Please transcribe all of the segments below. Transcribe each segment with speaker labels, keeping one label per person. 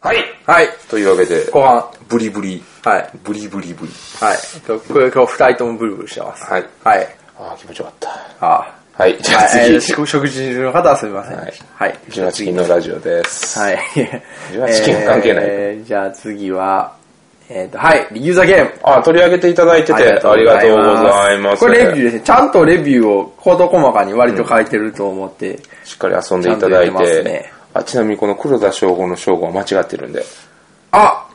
Speaker 1: はい
Speaker 2: はい。
Speaker 1: というわけで、
Speaker 2: 後半。
Speaker 1: ブリブリ。
Speaker 2: はい。
Speaker 1: ブリブリブリ。
Speaker 2: はい。今日、今日二人ともブルブルしてます。
Speaker 1: はい。
Speaker 2: はい。
Speaker 1: ああ、気持ちよかった。
Speaker 2: あ
Speaker 1: はい、じゃあ
Speaker 2: あ。え
Speaker 1: 次
Speaker 2: ー、。食食事中の方はすみません。
Speaker 1: はい
Speaker 2: はい。
Speaker 1: 18金のラジオです。
Speaker 2: はい。
Speaker 1: 18金関係ない
Speaker 2: えーじゃあ次は、えっ、と、はい。リビューザゲーム。
Speaker 1: あ、取り上げていただいてて、ありがとうございます。
Speaker 2: これレビューですね。ちゃんとレビューを事細かに割と書いてると思って。
Speaker 1: しっかり遊んでいただい
Speaker 2: ちゃんとやってます
Speaker 1: て。
Speaker 2: ね
Speaker 1: あちなみにこの黒田翔吾の翔吾は間違ってるんで。。
Speaker 2: あ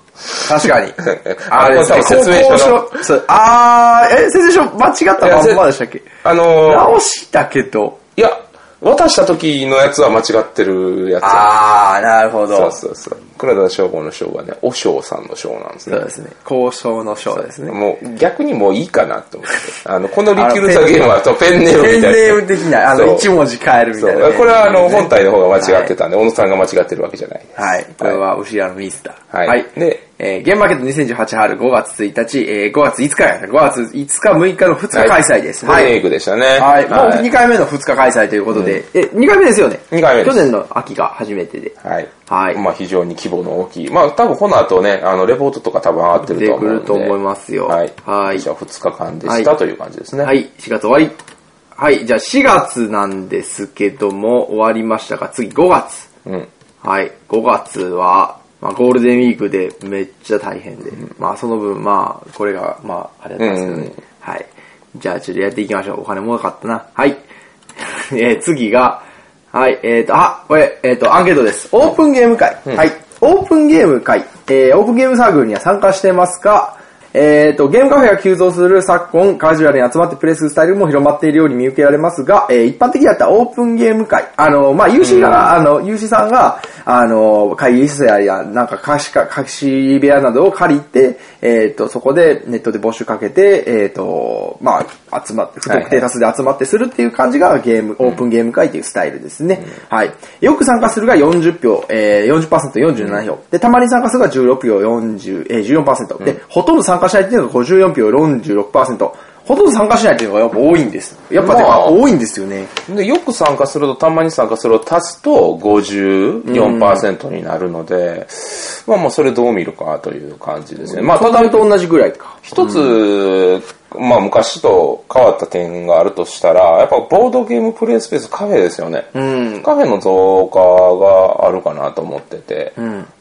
Speaker 2: 確かに あれですね、
Speaker 1: これ多分説明書の
Speaker 2: 公共そうあー、え、説明書間違ったまんまでしたっけ
Speaker 1: あのー、
Speaker 2: 直したけど。
Speaker 1: いや、渡した時のやつは間違ってるやつ。
Speaker 2: あー、なるほど。
Speaker 1: そうそうそう。黒田翔吾の翔はね、お翔さんの翔なんです
Speaker 2: そう
Speaker 1: ね。
Speaker 2: ですね。交渉の章ですね。
Speaker 1: もう逆にもういいかなと思って。あの、このリキュルザゲームはとペンネームみた
Speaker 2: ペ
Speaker 1: い
Speaker 2: ン
Speaker 1: な。
Speaker 2: ネーム的な、あ
Speaker 1: そ
Speaker 2: の、
Speaker 1: う
Speaker 2: 一文字変えるみ
Speaker 1: そ
Speaker 2: たいなね、
Speaker 1: う。これはあの、本体の方が間違ってたんで、小野さんが間違ってるわけじゃないです。
Speaker 2: はい。これは、後ろのミスター。
Speaker 1: はいで
Speaker 2: で、えー、ゲームマーケット2018春5月1日、えー、5月5日やな、5月5日6日の2日開催です。
Speaker 1: は。
Speaker 2: はい
Speaker 1: ブレイ
Speaker 2: い。
Speaker 1: クでしたね。
Speaker 2: はい。もう
Speaker 1: は
Speaker 2: 2
Speaker 1: い。
Speaker 2: 回目の2日開催ということで、え、2回目ですよね。
Speaker 1: 二回目です
Speaker 2: 去年の秋が初めてで。
Speaker 1: はい。
Speaker 2: はい
Speaker 1: まあ非常に規模の大きい。まあ多分この後ね、あの、レポートとか多分上がってると
Speaker 2: 出て
Speaker 1: 思
Speaker 2: く
Speaker 1: うんで。
Speaker 2: ると思いますよ。
Speaker 1: はい。
Speaker 2: はい。
Speaker 1: じゃあ2日間で
Speaker 2: は
Speaker 1: し
Speaker 2: い
Speaker 1: たという感じですね。
Speaker 2: はい、4月終わり。はい、じゃあ4月なんですけども、終わりましたが、次5月。
Speaker 1: うん。
Speaker 2: はい、5月は、まあ、ゴールデンウィークでめっちゃ大変で、まあその分、まあ、これが、まあ、あれだったんですけどね。
Speaker 1: うんうん
Speaker 2: はい。じゃあちょっとやっていきましょう。お金もかったな。はい。 えー次が、はい、えっ、と、あ、これ、えっ、と、アンケートです。オープンゲーム会。はい。オープンゲーム会。えーオープンゲームサークルには参加してますかえっ、と、ゲームカフェが急増する昨今、カジュアルに集まってプレイするスタイルも広まっているように見受けられますが、えー一般的だったらオープンゲーム会。あの、まあ、有志が、あの、有志さんが、あの、会議室や、やなんか貸しか、貸し部屋などを借りて、えっ、と、そこでネットで募集かけて、えっ、と、まあ、集まって、不特定多数で集まってするっていう感じがゲーム、オープンゲーム会っていうスタイルですね。はい。よく参加するが40票、えー、40%、47票。で、たまに参加するが16票、40、えー、14%。で、ほとんど参加しないっていうのが54票、46%。ほとんど参加しないっていうのがやっぱ多いんです。やっぱて
Speaker 1: まあ
Speaker 2: か多いんですよね。
Speaker 1: で、よく参加すると、たまに参加するを足すと54%になるので、まあまあそれどう見るかという感じですね。まあた
Speaker 2: 他
Speaker 1: だ
Speaker 2: のと同じぐらいか。
Speaker 1: 一つ、まあ昔と変わった点があるとしたら、やっぱボードゲームプレイスペースカフェですよね。カフェの増加があるかなと思ってて。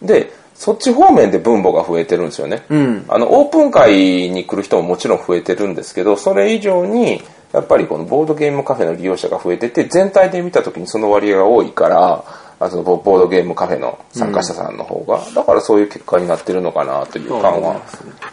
Speaker 1: で、そっち方面で分母が増えてるんですよね。あの、オープン会に来る人ももちろん増えてるんですけど、それ以上に、やっぱりこのボードゲームカフェの利用者が増えてて、全体で見た時にその割合が多いから、あのボボードゲームカフェの参加者さんの方が、だからそういう結果になってるのかなという感は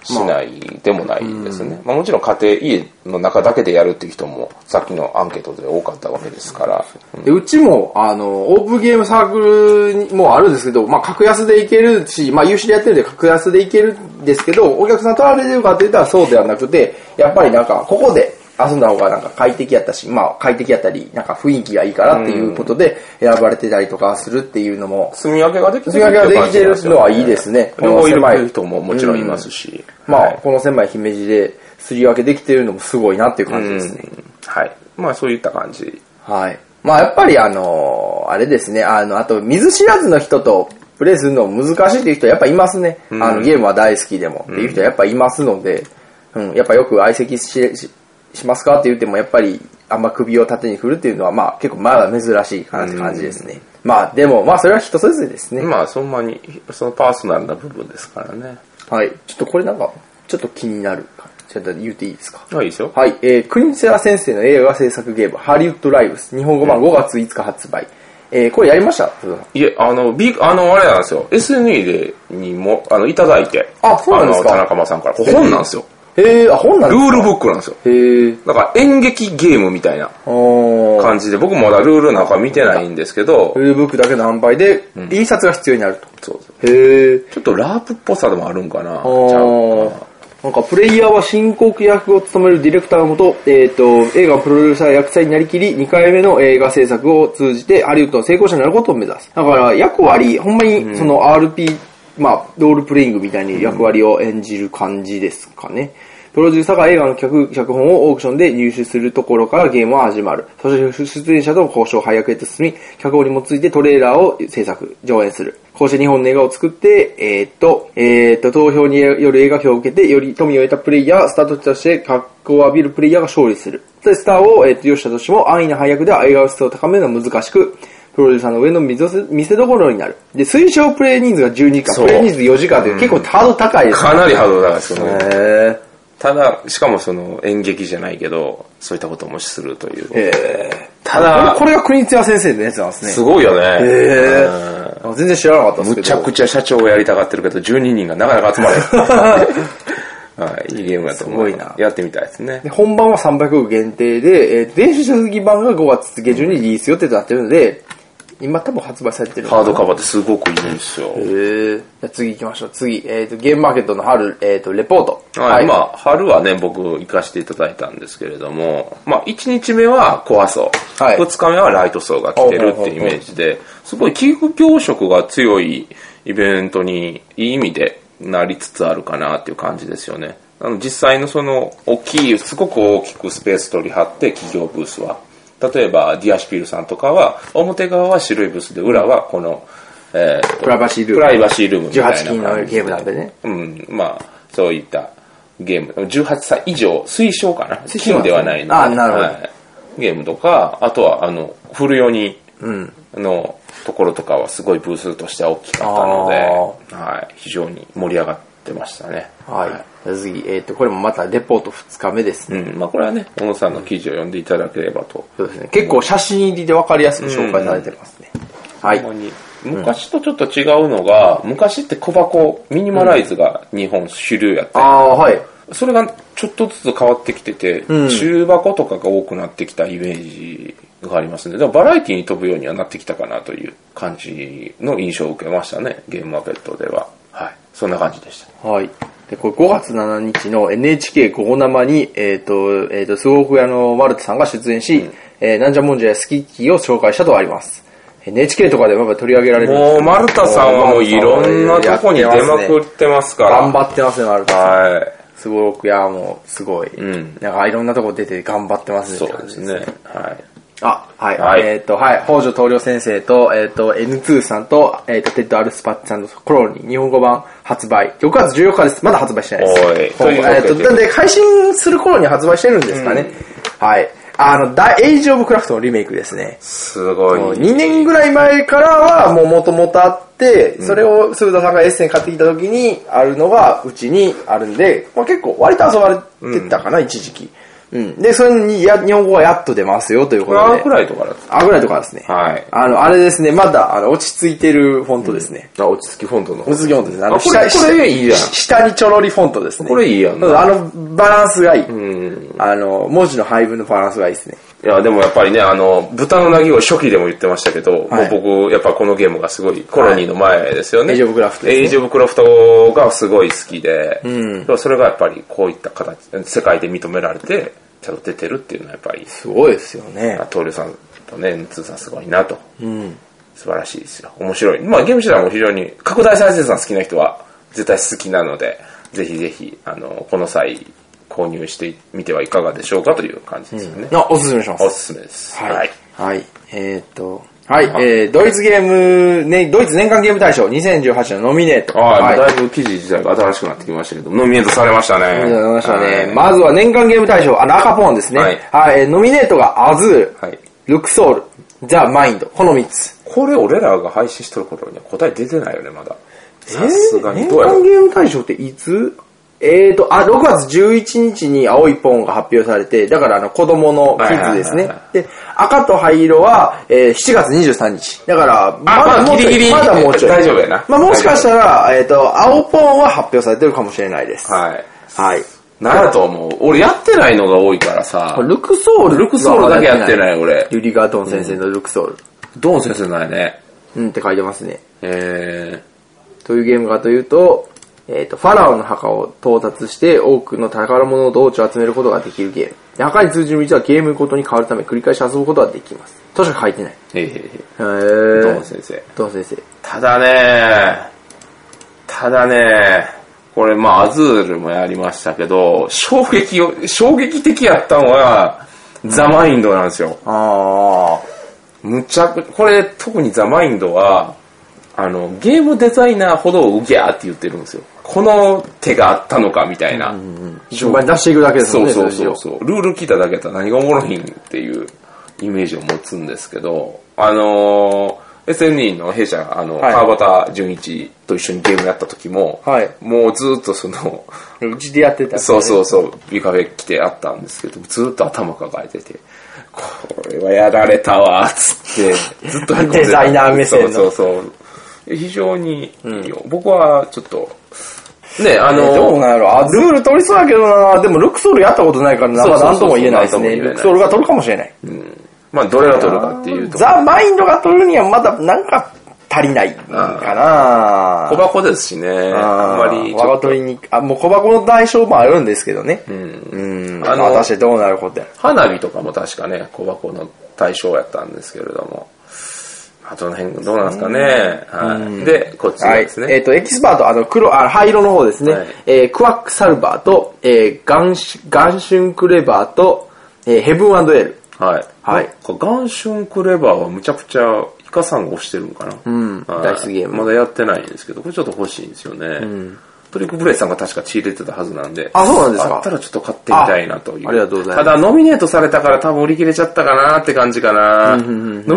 Speaker 1: しないでもないですね。まあ、もちろん家庭、家の中だけでやるっていう人も、さっきのアンケートで多かったわけですから、
Speaker 2: でうちも、あの、オープンゲームサークルにもあるんですけど、まあ、格安でいけるし、まあ、有志でやってるんで格安でいけるんですけど、お客さん取られてるかって言ったらそうではなくて、やっぱりなんか、ここで遊んだ方がなんか快適やったし、まあ、快適やったり、なんか雰囲気がいいからっていうことで選ばれてたりとかするっていうのも、
Speaker 1: 住み分けができて
Speaker 2: 積み上げができてるのはいいですね。こ
Speaker 1: 両
Speaker 2: の
Speaker 1: 方い
Speaker 2: 狭
Speaker 1: る
Speaker 2: い
Speaker 1: 人ももちろんいますし。
Speaker 2: ま
Speaker 1: は
Speaker 2: あ、
Speaker 1: い
Speaker 2: この狭い姫路で、すり分けできてるのもすごいなっていう感じですね。
Speaker 1: はい。まあそういった感じ。
Speaker 2: はい。まあやっぱりあのーあれですね、あの、あと水知らずの人とプレイするの難しいっていう人はやっぱいますね。あのゲームは大好きでもっていう人はやっぱいますので、うん、やっぱよく相席しししますかって言ってもやっぱりあんま首を縦に振るっていうのはまあ結構まだ珍しいかなって感じですね。まあでもまあそれは人それぞれですね。
Speaker 1: まあそんなに、そのパーソナルな部分ですからね。
Speaker 2: はい。ちょっとこれなんかちょっと気になるか。ちょっと言っていいですか
Speaker 1: まあいいですよ。
Speaker 2: はい、えー、国津屋先生の映画制作ゲーム、ハリウッドライブス、日本語版5月5日発売。えー、これやりました
Speaker 1: いえ、あの、ビあの、あれなんですよ。SNE で、にも、あの、いただいて。
Speaker 2: あそうなんですか
Speaker 1: あの、田中間さんから。これ本なんですよ。
Speaker 2: えー、あ、本なん
Speaker 1: ル
Speaker 2: です
Speaker 1: ー
Speaker 2: か
Speaker 1: ルブックなんですよ。
Speaker 2: へー、
Speaker 1: だから演劇ゲームみたいな
Speaker 2: おー
Speaker 1: 感じで、僕もまだルールなんか見てないんですけど、
Speaker 2: ルールブックだけの販売で、印刷が必要になると。
Speaker 1: そうそう
Speaker 2: へー、
Speaker 1: ちょっとラープっぽさでもあるんかな。ちゃう
Speaker 2: おーなんかプレイヤーは進行役を務めるディレクターのもと、えっ、と、映画プロデューサー役者になりきり、2回目の映画制作を通じて、ハリウッドの成功者になることを目指す。だから、役割、ほんまに、その RP、まあ、ロールプレイングみたいに役割を演じる感じですかね。プロデューサーが映画の脚脚本をオークションで入手するところからゲームは始まる。そして出演者と交渉配役へと進み、脚本にもついてトレーラーを制作、上演する。こうして日本の映画を作って、えーっと、えーっと、投票による映画票を受けて、より富を得たプレイヤー、スタート地として格好を浴びるプレイヤーが勝利する。で、スターを、えーっと、良したとしても安易な配役では映画の質を高めるのは難しく、プロデューサーの上の見ぞせ見せどころになる。で、推奨プレイ人数が12か、
Speaker 1: そう
Speaker 2: プレイ人数4時間って結構ハード高いですね
Speaker 1: かなりハードル高いですよね。
Speaker 2: へ
Speaker 1: ただ、しかもその演劇じゃないけど、そういったこともするという。
Speaker 2: え。
Speaker 1: た
Speaker 2: あ
Speaker 1: だ
Speaker 2: こ、れが国津屋先生のやつなんですね。
Speaker 1: すごいよね。
Speaker 2: へ
Speaker 1: うん
Speaker 2: ー全然知らなかったんですけ
Speaker 1: むち
Speaker 2: ど。
Speaker 1: ゃくちゃ社長をやりたがってるけど、12人がなかなか集ま らない。はい、いいゲームだと思う。
Speaker 2: すごいな
Speaker 1: やってみたいですね
Speaker 2: で。本番は300部限定で、えー、電子書籍版が5月下旬にリリース予定となってるので、今多分発売されてるのか
Speaker 1: ハ
Speaker 2: な
Speaker 1: ードカバーってすごくいいんですよ。
Speaker 2: へーじゃあ次行きましょう。次、えっ、と、ゲームマーケットの春、えっ、と、レポート。
Speaker 1: はい、まあ、春はね、僕、行かせていただいたんですけれども、まあ、1日目はコア層、
Speaker 2: はい
Speaker 1: 2日目はライト層が来てるっていうイメージで、すごい企業業色が強いイベントに、いい意味でなりつつあるかなっていう感じですよね。あの実際のその、大きい、すごく大きくスペース取り張って、企業ブースは。例えば、ディアシピールさんとかは、表側は白いブースで、裏はこの、えーと
Speaker 2: プライバシールーム
Speaker 1: プライバシールームみたいな感
Speaker 2: 18
Speaker 1: じで
Speaker 2: 禁のゲームなんでね。
Speaker 1: うん、まあ、そういったゲーム、18歳以上、推奨かな。推
Speaker 2: 奨なんですね
Speaker 1: ではないので。
Speaker 2: あなるほど
Speaker 1: はいゲームとか、あとは、あの、古世に、のところとかはすごいブースとしては大きかったので、はい、非常に盛り上がってましたね。
Speaker 2: はい。じゃあ次、えっ、と、これもまたレポート2日目ですね。
Speaker 1: うん、まあこれはね、小野さんの記事を読んでいただければと。
Speaker 2: そうですね。結構写真入りで分かりやすく紹介されてますね。はい。
Speaker 1: ほんまに昔とちょっと違うのが、昔って小箱、ミニマライズが日本主流やった
Speaker 2: ああ、はい。
Speaker 1: それがちょっとずつ変わってきてて、中箱とかが多くなってきたイメージがありますね。でもバラエティに飛ぶようにはなってきたかなという感じの印象を受けましたね。ゲームマーケットでは。はい。そんな感じでした。
Speaker 2: はい。で、これ5月7日の NHK 午後生に、えっ、と、えっ、と、すごく屋のマルテさんが出演し、えーなんじゃもんじゃやスキッキーを紹介したとあります。NHK とかでもやっぱ取り上げられるんです
Speaker 1: もう、マルタさんはもういろんなとこに出まくってますから。
Speaker 2: 頑張ってますね、マルテさん。
Speaker 1: はい。
Speaker 2: すごく屋もすごい、
Speaker 1: ん
Speaker 2: なんかいろんなとこ出て頑張ってますね。
Speaker 1: そうですね。はい。
Speaker 2: あ、はい。
Speaker 1: はい
Speaker 2: えっ、と、はい。北条棟梁先生と、えっ、と、N2 さんと、えっ、と、テッド・アルスパッチさんのコロニー、日本語版発売。6月14日です。まだ発売してないです。
Speaker 1: おい
Speaker 2: 今後えっ、
Speaker 1: ということ
Speaker 2: と、
Speaker 1: で
Speaker 2: なんで、配信する頃に発売してるんですかね。はい。あの、ダエイジ・オブ・クラフトのリメイクですね。
Speaker 1: すごい。
Speaker 2: 2年ぐらい前からは、もう元々あって、それを鈴田さんがエッセン買ってきた時にあるのが、うちにあるんで、まあ、結構割と遊ばれてたかな、一時期。うん。で、それにや、日本語はやっと出ますよ、というこ
Speaker 1: こ
Speaker 2: と
Speaker 1: れ
Speaker 2: で。
Speaker 1: はくらいとかだった。
Speaker 2: あぐらいとかですね。
Speaker 1: はい
Speaker 2: あの、あれですね、まだ、あの、落ち着いてるフォントですね。
Speaker 1: あ、落ち着きフォントの方。
Speaker 2: 落ち着きフォントですね。あの、
Speaker 1: あこれ
Speaker 2: 下
Speaker 1: これいいやん
Speaker 2: 下下にちょろりフォントですね。
Speaker 1: これいいやん
Speaker 2: そうあの、バランスがいい。あの、文字の配分のバランスがいいですね。
Speaker 1: いや、でもやっぱりね、あの、豚のなぎを初期でも言ってましたけど、
Speaker 2: はい
Speaker 1: もう僕、やっぱこのゲームがすごい、コロニーの前ですよね。
Speaker 2: エイジオブクラフトですね
Speaker 1: エイジオブクラフトがすごい好きで、それがやっぱりこういった形、世界で認められて、ちゃんと出てるっていうのはやっぱり、
Speaker 2: すごいですよね。
Speaker 1: トールさんとね、N2 さんすごいなと。素晴らしいですよ。面白い。まあゲーム自体も非常に、拡大再生産好きな人は絶対好きなので、ぜひぜひ、あの、この際、購入してみてはいかがでしょうかという感じですよね。
Speaker 2: あ、おすすめします。
Speaker 1: おすすめです。
Speaker 2: はい。はい。えーっと、はい、えー、ドイツゲーム、ね、ドイツ年間ゲーム大賞2018のノミネート。
Speaker 1: はい、
Speaker 2: はい。
Speaker 1: だいぶ記事自体が新しくなってきましたけど、ノミネートされましたね。
Speaker 2: ありがとうございましたね。
Speaker 1: はい
Speaker 2: まずは年間ゲーム大賞、あの、赤ポーンですね。
Speaker 1: はい
Speaker 2: はい、えーノミネートがアズール、
Speaker 1: はい
Speaker 2: ルクソール、ザ・マインド、この3つ。
Speaker 1: これ俺らが配信しとる頃には答え出てないよね、まだ。さすが
Speaker 2: え
Speaker 1: に。
Speaker 2: ー
Speaker 1: どうや
Speaker 2: 年間
Speaker 1: ろう
Speaker 2: ゲーム大賞っていつえーと、あ、6月11日に青いポーンが発表されて、だからあの子供のキッズです
Speaker 1: はい
Speaker 2: ね
Speaker 1: はいはい。
Speaker 2: で、赤と灰色は、えー7月23日。だから、
Speaker 1: まだ
Speaker 2: もうちょい
Speaker 1: ギリギリ
Speaker 2: まだもうちょい。
Speaker 1: 大丈夫やな
Speaker 2: まあもしかしたら、えっと、青ポーンは発表されてるかもしれないです。
Speaker 1: はい。
Speaker 2: はい。
Speaker 1: なると思う。俺やってないのが多いからさ、
Speaker 2: ルクソール。
Speaker 1: ルクソールだけやってない俺。
Speaker 2: ユリガートン先生のルクソール。
Speaker 1: ドン先生ないね。
Speaker 2: うんって書いてますね。
Speaker 1: え
Speaker 2: というゲームかというと、えっ、と、ファラオの墓を到達して多くの宝物の道中を集めることができるゲーム。で墓に通じる道はゲームごとに変わるため繰り返し遊ぶことができます。としか書いてない。
Speaker 1: ー、え
Speaker 2: へ
Speaker 1: ー、
Speaker 2: ぇ
Speaker 1: ドン先生。
Speaker 2: ドン先生。
Speaker 1: ただねただねこれ、まあ、アズールもやりましたけど、衝撃を、衝撃的やったのは、ザ・マインドなんですよ。
Speaker 2: あ
Speaker 1: むちゃく、これ、特にザ・マインドは、あの、ゲームデザイナーほど、うぎゃーって言ってるんですよ。この手があったのか、みたいな。
Speaker 2: あ。順番に出していくだけですも
Speaker 1: そ
Speaker 2: ん
Speaker 1: う
Speaker 2: ね。
Speaker 1: そうそうそう。ルール聞いただけだったら何がおもろいんっていうイメージを持つんですけど、あのー、SNE の弊社、あの、
Speaker 2: はい
Speaker 1: 川端純一と一緒にゲームやった時も、
Speaker 2: はい
Speaker 1: もうずっとそ の、
Speaker 2: それ。うちでやってた。
Speaker 1: そうそうそう、ビカフェ来てあったんですけど、ずっと頭抱えてて、これはやられたわ、つって、ずっと
Speaker 2: デザイナー目線の
Speaker 1: そうそうそう。非常にいいよ、僕はちょっと、ね、あの、
Speaker 2: どうなんやろあ、ルール取りそうやけどなでもルクソールやったことないからな、
Speaker 1: そう
Speaker 2: ま
Speaker 1: そうそう
Speaker 2: だなんとも言えないですね。
Speaker 1: なんとも言えない
Speaker 2: ルクソールが取るかもしれない。
Speaker 1: まあ、どれが取るかっていうところ
Speaker 2: ザ・マインドが取るにはまだなんか足りないかな
Speaker 1: 小箱ですしね、あんまりちょっ
Speaker 2: 我が取りに、あ、もう小箱の代償もあるんですけどね。うん。
Speaker 1: あ
Speaker 2: あ
Speaker 1: の
Speaker 2: の、果たしてどうなることや。
Speaker 1: と、花火とかも確かね、小箱の対象やったんですけれども、まあ、どの辺、どうなんですかね。はい、で、こっち
Speaker 2: はい。
Speaker 1: ですね。
Speaker 2: えっ、と、エキスパート、あの、黒、あ、灰色の方ですね。
Speaker 1: はい
Speaker 2: えークワックサルバーと、えーガンシ、ガンシュンクレバーと、えーヘブンエル。
Speaker 1: はい。
Speaker 2: はい
Speaker 1: なんかガンシュンクレバーはむちゃくちゃ、イカさんが押してるんかな。うん
Speaker 2: ダイスゲーム
Speaker 1: まだやってないんですけど、これちょっと欲しいんですよね。トリックプレイさんが確か仕入れてたはずなんで。
Speaker 2: あそうなんですか
Speaker 1: あったらちょっと買ってみたいなという。
Speaker 2: あありがとうございます
Speaker 1: ただ、ノミネートされたから多分売り切れちゃったかなって感じかな。ノ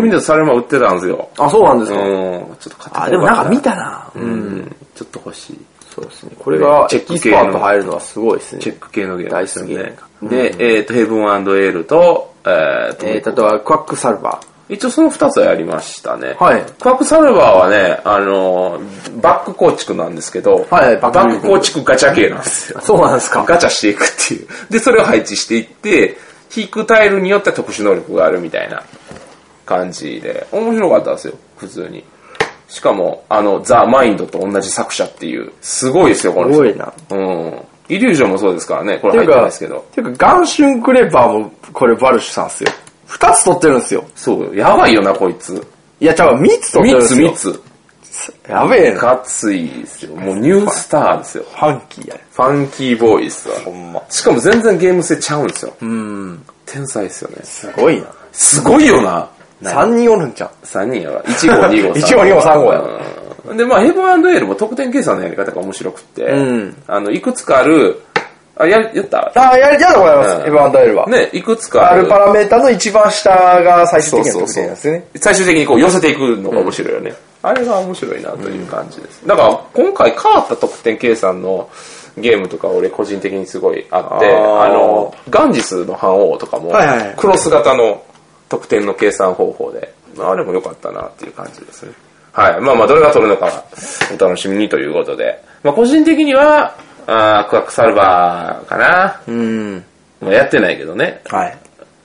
Speaker 1: ミネートされる前売ってたんですよ。
Speaker 2: あ、そうなんですか。
Speaker 1: うん、ちょっと買って
Speaker 2: あ、でもなんか見
Speaker 1: た。
Speaker 2: たな。う。
Speaker 1: うんん、ちょっと欲しい。
Speaker 2: そうですね。これが、
Speaker 1: チ
Speaker 2: チ
Speaker 1: ェ
Speaker 2: ェッ
Speaker 1: ッ
Speaker 2: ク
Speaker 1: ク系
Speaker 2: 系
Speaker 1: の
Speaker 2: の入るのはすごいですね。
Speaker 1: チェック系のゲームですよ
Speaker 2: ダイ
Speaker 1: ね
Speaker 2: ス。
Speaker 1: で、えっ、と、ヘブンエールと、えーと、
Speaker 2: えー、例えば、クワックサルバ
Speaker 1: 一応その2つはやりましたね。
Speaker 2: はい
Speaker 1: クワックサルバーはね、あのー、バック構築なんですけど、
Speaker 2: はい
Speaker 1: バ
Speaker 2: バ
Speaker 1: ッ
Speaker 2: ッ
Speaker 1: ク
Speaker 2: ク
Speaker 1: 構築ガチャ系なんですよ
Speaker 2: ー。。そうなんですか。
Speaker 1: ガチャしていくっていう。で、それを配置していって、引くタイルによって特殊能力があるみたいな感じで、面白かったんですよ、普通に。しかも、あの、ザ・マインドと同じ作者っていう、すごいですよ、この人。
Speaker 2: すごいな。
Speaker 1: うん。イリュージョンもそうですからね、こ
Speaker 2: て
Speaker 1: れ
Speaker 2: いう
Speaker 1: 入ってな
Speaker 2: か、
Speaker 1: いですけど。
Speaker 2: ていうか、ガンシュンクレバーも、これバルシュさんっすよ。二つ取ってるんですよ。
Speaker 1: そう、やばいよな、こいつ。
Speaker 2: いや、ちゃうわ、三つ取って
Speaker 1: 3
Speaker 2: るんで
Speaker 1: つ、
Speaker 2: すよ。
Speaker 1: 3つ。
Speaker 2: つ。やべえな。
Speaker 1: ガッツイですよ。もうニュースターですよ。
Speaker 2: ハンキーやね。
Speaker 1: ファンキーボーイっすわ。
Speaker 2: ほんま。
Speaker 1: しかも全然ゲーム性ちゃうんですよ。天才っすよね。
Speaker 2: すごいな。
Speaker 1: すごいよな。
Speaker 2: 三人おるんちゃう
Speaker 1: 3人やわ。1号、2号、
Speaker 2: 1号2号3号や
Speaker 1: うんで、まあヘブンエールも得点計算のやり方が面白くって、
Speaker 2: うん
Speaker 1: あの、いくつかある、あ、や、やった
Speaker 2: ああ、やりたいと思います
Speaker 1: うん。
Speaker 2: エヴァンダイルは。
Speaker 1: ね、いくつか
Speaker 2: あ
Speaker 1: ある。
Speaker 2: るパラメータの一番下が最
Speaker 1: そ
Speaker 2: 終
Speaker 1: う
Speaker 2: 的な
Speaker 1: そう
Speaker 2: 得
Speaker 1: そう
Speaker 2: 点なんですよね。
Speaker 1: 最終的にこう寄せていくのが面白いよね。あれが面白いなという感じです。だから今回変わった得点計算のゲームとか俺個人的にすごいあって、
Speaker 2: あ
Speaker 1: あ
Speaker 2: ー
Speaker 1: の、ガンジスの反王とかも
Speaker 2: はいはい、
Speaker 1: クロス型の得点の計算方法で、あれも良かったなっていう感じですね。はい。まあまあ、どれが取るのか、お楽しみにということで。まあ、個人的には、あークワックサルバーかな。
Speaker 2: うん。
Speaker 1: まあ、やってないけどね。
Speaker 2: はい。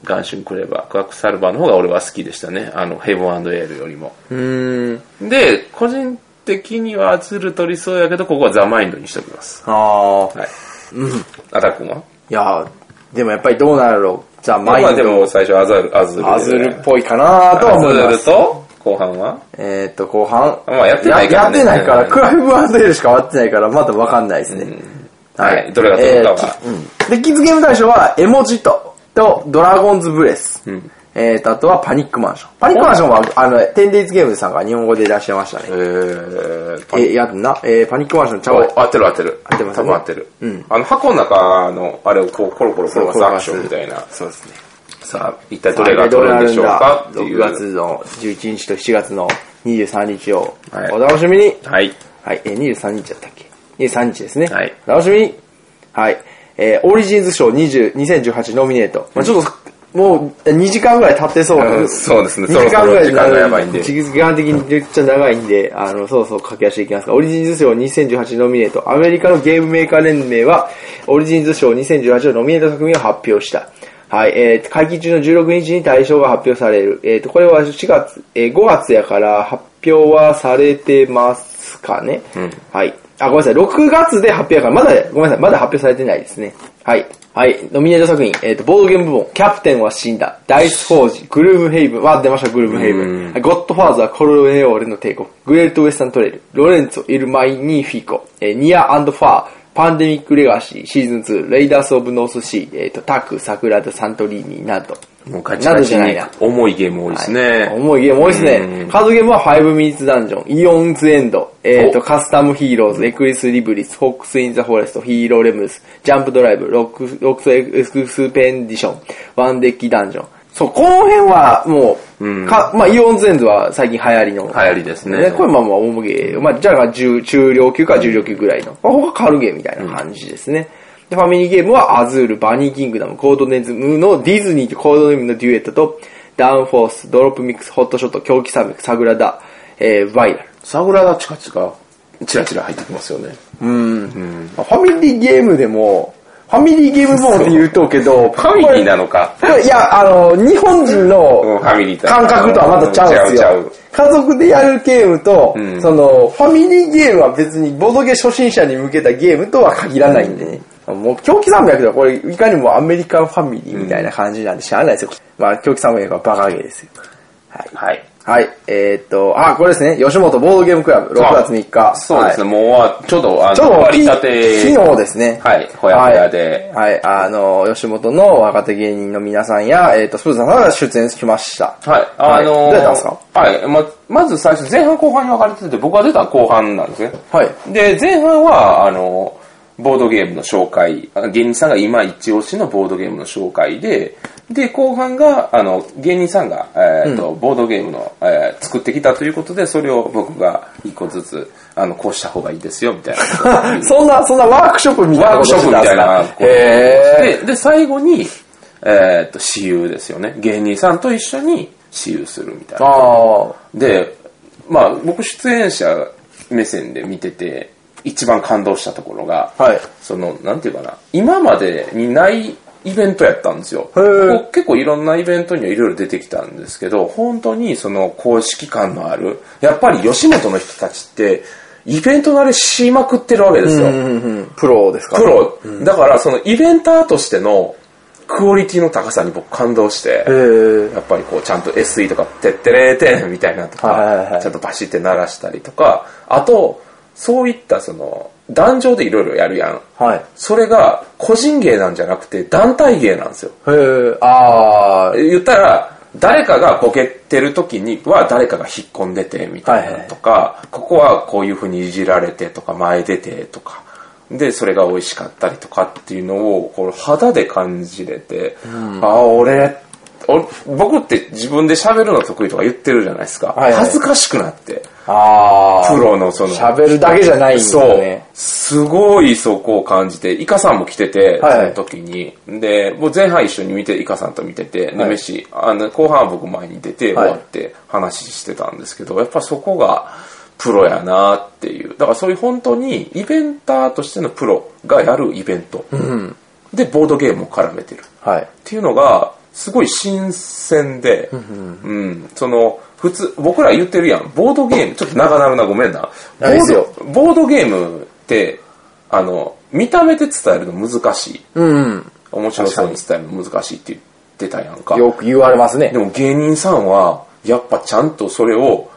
Speaker 1: ガンシュンクレバー、クワックサルバーの方が俺は好きでしたね。あの、ヘブンエールよりも。
Speaker 2: うん。
Speaker 1: で、個人的にはアズル取りそうやけど、ここはザ・マインドにしておきます。
Speaker 2: ああ。
Speaker 1: はい。アタックも
Speaker 2: いや、でもやっぱりどうなるろう。じゃあ、マ
Speaker 1: まあ
Speaker 2: イン
Speaker 1: で
Speaker 2: ド、
Speaker 1: も最初アザル、アズルで。
Speaker 2: アズルっぽいかなとは思いま
Speaker 1: アズル
Speaker 2: す。
Speaker 1: と、後半は
Speaker 2: えーっと、後半。
Speaker 1: まあやってないからね
Speaker 2: ややってないから、クライブアンドエルしか終わってないから、まだわかんないですね。
Speaker 1: はいどれが取るか
Speaker 2: え
Speaker 1: は
Speaker 2: ーきうんで、キッズゲーム大賞は、エモジと、と、ドラゴンズブレス。えーっと、あとはパニックマンション。パニックマンションは、あの、テンデイズゲームズさんが日本語でいらっしゃいましたね。
Speaker 1: えー、
Speaker 2: え、やんな、えーパニックマンションちゃうわ
Speaker 1: お合ってる合ってる。
Speaker 2: 合ってます
Speaker 1: 多
Speaker 2: ね
Speaker 1: 分合ってる。
Speaker 2: うん
Speaker 1: あの、箱の中の、あれをこう、コロコロ転がすアクションみたいな。
Speaker 2: そうですね。
Speaker 1: さあ、一体どれが取るんでしょうかってい
Speaker 2: 6
Speaker 1: う。
Speaker 2: 月の11日と7月の23日を
Speaker 1: はい
Speaker 2: お楽しみに。
Speaker 1: はい。
Speaker 2: はい、えー、23日だったっけ ?23 日ですね。
Speaker 1: はい
Speaker 2: お楽しみに。はい。えー、オリジンズ賞20 2018ノミネート。まあちょっと、もう2時間ぐらい経ってそうな
Speaker 1: うんそうですね
Speaker 2: 2時間ぐらい
Speaker 1: そろそろ時間がやばいんで
Speaker 2: 時間的にめっちゃ長いんで、あの、そうそう駆け足でいきますが、オリジンズ賞2018ノミネート。アメリカのゲームメーカー連盟は、オリジンズ賞2018のノミネート作品を発表した。はい、えー、会期中の16日に対象が発表される。えっ、と、これは4月、えー、5月やから発表はされてますかね。はい。あ、ごめんなさい。6月で発表やから、まだ、ごめんなさい。まだ発表されてないですね。はい。はい。ノミネート作品。えっ、と、ボードゲーム部門。キャプテンは死んだ。ダイスフォージ。グルームヘイブン。わ、出ました、グルームヘイブン。ゴッドファーザー、コロネオーレの帝国。グレートウエスタントレイル。ロレンツォ、イルマイニーフィコ。えーニアファー。パンデミックレガシーシーズン2、レイダースオブノースシー、えっ、と、タク、サクラダ、サントリーニなど。
Speaker 1: もうガチガチに重いゲーム多いですね。
Speaker 2: 重いゲーム多いです
Speaker 1: う
Speaker 2: ね
Speaker 1: ん。
Speaker 2: カードゲームは5ミニッツダンジョン、イオンズエンド、えっ、と、
Speaker 1: お
Speaker 2: カスタムヒーローズ、エクリス・リブリス、ホックス・イン・ザ・フォレスト、ヒーロー・レムス、ジャンプドライブ、ロック、ロックス・エクスペンディション、ワンデッキダンジョン。そう、この辺はもう、
Speaker 1: うん
Speaker 2: かまあ、イオンズエンドは最近流行りの。
Speaker 1: 流行りですね
Speaker 2: これまあまあ、重げ、まあ、じゃあ中、中量級か重量級ぐらいの。まあ、他軽ゲーみたいな感じですね。で、ファミリーゲームは、アズール、バニーキングダム、コードネズムのディズニーとコードネズムのデュエットと、ダウンフォース、ドロップミックス、ホットショット、狂気サブ、サグラダ、えー、バイラル。
Speaker 1: サグラダチカチカ、チラチラ入ってきますよね。
Speaker 2: ファミリーゲームでも、ファミリーゲームボードで言うとうけ ど、
Speaker 1: ファミリーなのか。
Speaker 2: いや、あの、日本人
Speaker 1: うん
Speaker 2: の
Speaker 1: ファミリーだ
Speaker 2: 感覚とはまたちゃうんです
Speaker 1: ちゃ
Speaker 2: よ
Speaker 1: う。
Speaker 2: 家族でやるゲームと、
Speaker 1: ん
Speaker 2: その、ファミリーゲームは別にボドゲ初心者に向けたゲームとは限らないんでね。もう、狂気山脈ではこれ、いかにもアメリカンファミリーみたいな感じなんで知らないですよ。まあ、狂気山脈はバカゲーですよ。はい。
Speaker 1: はい。
Speaker 2: はい、えーっと、あ、これですね。吉本ボードゲームクラブ、6月3日。
Speaker 1: そうですね、
Speaker 2: はい
Speaker 1: もう終わ、ちょうど、あの、
Speaker 2: ちょ
Speaker 1: 終
Speaker 2: うど
Speaker 1: わ
Speaker 2: き
Speaker 1: りたて、
Speaker 2: 昨日ですね。
Speaker 1: はい、ほやほやで、
Speaker 2: はい、あの、吉本の若手芸人の皆さんや、えっ、と、スプーンさんが出演しました。
Speaker 1: はい、あの
Speaker 2: ど
Speaker 1: ー
Speaker 2: うやったんですか
Speaker 1: はい、ま、まず最初、前半後半に分かれてて、僕が出たのは後半なんですね。
Speaker 2: はい。
Speaker 1: で、前半は、あの、ボードゲームの紹介、あ芸人さんが今一押しのボードゲームの紹介で、で、後半が、あの、芸人さんが、えーと、ボードゲームの、えー作ってきたということで、それを僕が一個ずつ、あの、こうした方がいいですよ、みたいなことを言 って。
Speaker 2: そんな、そんなワークショップみたい
Speaker 1: ワー
Speaker 2: なこ
Speaker 1: ク
Speaker 2: と
Speaker 1: ショップみた
Speaker 2: して
Speaker 1: いな
Speaker 2: たんですかへー。
Speaker 1: で、で、最後に、えーっと、私有ですよね。芸人さんと一緒に私有するみたいな。
Speaker 2: ああ。
Speaker 1: で、まあ、僕出演者目線で見てて、一番感動したところが、
Speaker 2: はい
Speaker 1: その、なんていうかな、今までにないイベントやったんですよ。
Speaker 2: へー
Speaker 1: こう結構いろんなイベントにはいろいろ出てきたんですけど、本当にその公式感のある、やっぱり吉本の人たちって、イベント慣れしまくってるわけですよ。
Speaker 2: うんうん。プロですか
Speaker 1: プロ、だからそのイベンターとしてのクオリティの高さに僕感動して、
Speaker 2: へえ。
Speaker 1: やっぱりこうちゃんと SE とか「てってれーてん」みたいなとか、
Speaker 2: はいはいはい
Speaker 1: ちゃんとバシって鳴らしたりとかあとそういったその壇上でいろいろやるやん
Speaker 2: はい。
Speaker 1: それが個人芸なんじゃなくて団体芸なんですよ
Speaker 2: へえ。ああ。
Speaker 1: 言ったら誰かがボケてる時には誰かが引っ込んでてみたいなのとか、ここはこういう風にいじられてとか前出てとかでそれが美味しかったりとかっていうのをこう肌で感じれて、あ俺俺僕って自分で喋るの得意とか言ってるじゃないですか、
Speaker 2: はいはい
Speaker 1: 恥ずかしくなって
Speaker 2: ああ。
Speaker 1: プロのその
Speaker 2: 喋るだけじゃないんですよ
Speaker 1: そう
Speaker 2: ね。。
Speaker 1: すごいそこを感じて、イカさんも来てて、
Speaker 2: はい
Speaker 1: その時に。で、もう前半一緒に見て、イカさんと見てて、で、
Speaker 2: はい
Speaker 1: 飯、あの、後半は僕前に出て、終
Speaker 2: はい
Speaker 1: わって話してたんですけど、やっぱそこがプロやなっていう。だからそういう本当にイベンターとしてのプロがやるイベント。で、ボードゲームを絡めてる。
Speaker 2: はい。
Speaker 1: っていうのがすごい新鮮で、うん、その普通僕ら言ってるやんボードゲームちょっと長なるなごめんなボ
Speaker 2: あいいっ
Speaker 1: ー
Speaker 2: すよ
Speaker 1: ドボードゲームってあの見た目で伝えるの難しい
Speaker 2: うん。
Speaker 1: 面白そうに伝えるの難しいって言ってたやんか
Speaker 2: よく言われますね
Speaker 1: で。も芸人さんはやっぱちゃんとそれを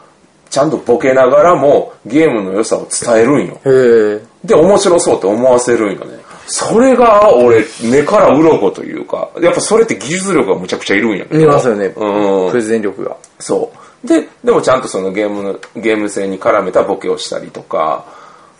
Speaker 1: ちゃんとボケながらもゲームの良さを伝えるんよ
Speaker 2: へえ。
Speaker 1: で、面白そうって思わせるんよね。それが、俺、目から鱗というか、やっぱそれって技術力がむちゃくちゃいるんやね。
Speaker 2: 言いますよね。
Speaker 1: うん
Speaker 2: プレゼン力が。
Speaker 1: そう。で、でもちゃんとそのゲームの、ゲーム性に絡めたボケをしたりとか、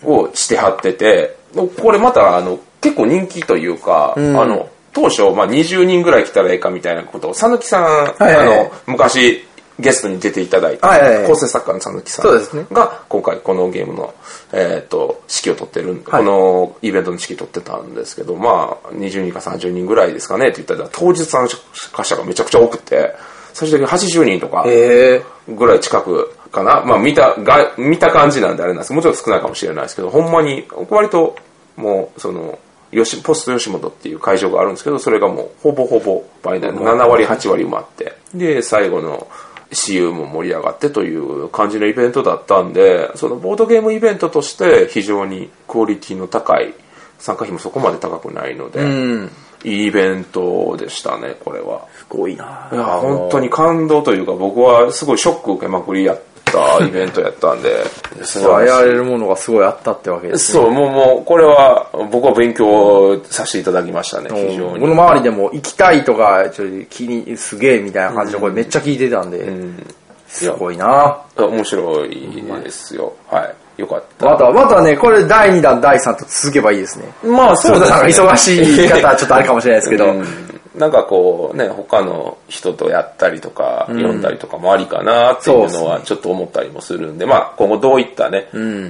Speaker 1: をしてはってて、これまた、あの、結構人気というか、あの、当初、まあ、20人ぐらい来たらええかみたいなことを、さぬきさ
Speaker 2: い
Speaker 1: ん、
Speaker 2: はいはい
Speaker 1: あの、昔、ゲストに出ていただいた、
Speaker 2: はいはいはい
Speaker 1: 構成作家のさぬきさん
Speaker 2: そうですね
Speaker 1: が、今回このゲームの、えっ、と、指揮を取ってるん、
Speaker 2: はい
Speaker 1: このイベントの指揮を取ってたんですけど、まあ、20人か30人ぐらいですかねって言ったら、当日参加者がめちゃくちゃ多くて、最終的に80人とか、
Speaker 2: へえ。
Speaker 1: ぐらい近くかな。まあ見た、が、見た感じなんであれなんですけど、もちろん少ないかもしれないですけど、ほんまに、割と、もう、その、よし、ポスト吉本っていう会場があるんですけど、それがもう、ほぼほぼ倍なの、7割、8割埋まって。で、最後の、私有も盛り上がってという感じのイベントだったんで、そのボードゲームイベントとして非常にクオリティの高い、参加費もそこまで高くないので、
Speaker 2: うん。
Speaker 1: いいイベントでしたね、これは。
Speaker 2: すごいない
Speaker 1: や、本当に感動というか、僕はすごいショック受けまくりやっったイベントやったんで、素晴
Speaker 2: や
Speaker 1: らし
Speaker 2: れるものがすごいあったってわけで
Speaker 1: い。
Speaker 2: す。
Speaker 1: そう、もう、もう、これは、僕は勉強させていただきましたね、非常
Speaker 2: こ
Speaker 1: に。
Speaker 2: の周りでも行きたいとか、ちょっと気に、すげえみたいな感じの声めっちゃ聞いてたんで、すごいな
Speaker 1: 面白いですよ。はい。よかった。
Speaker 2: また、またね、これ第2弾、第3弾と続けばいいですね。
Speaker 1: まあ、そ
Speaker 2: そう
Speaker 1: うで
Speaker 2: だ、
Speaker 1: す
Speaker 2: なん
Speaker 1: ね。
Speaker 2: か忙しい言い方はちょっとあれかもしれないですけど、
Speaker 1: うんなんかこうね、他の人とやったりとか、読んだりとかもありかなっていうのはちょっと思ったりもするんで、まあ今後どういったね、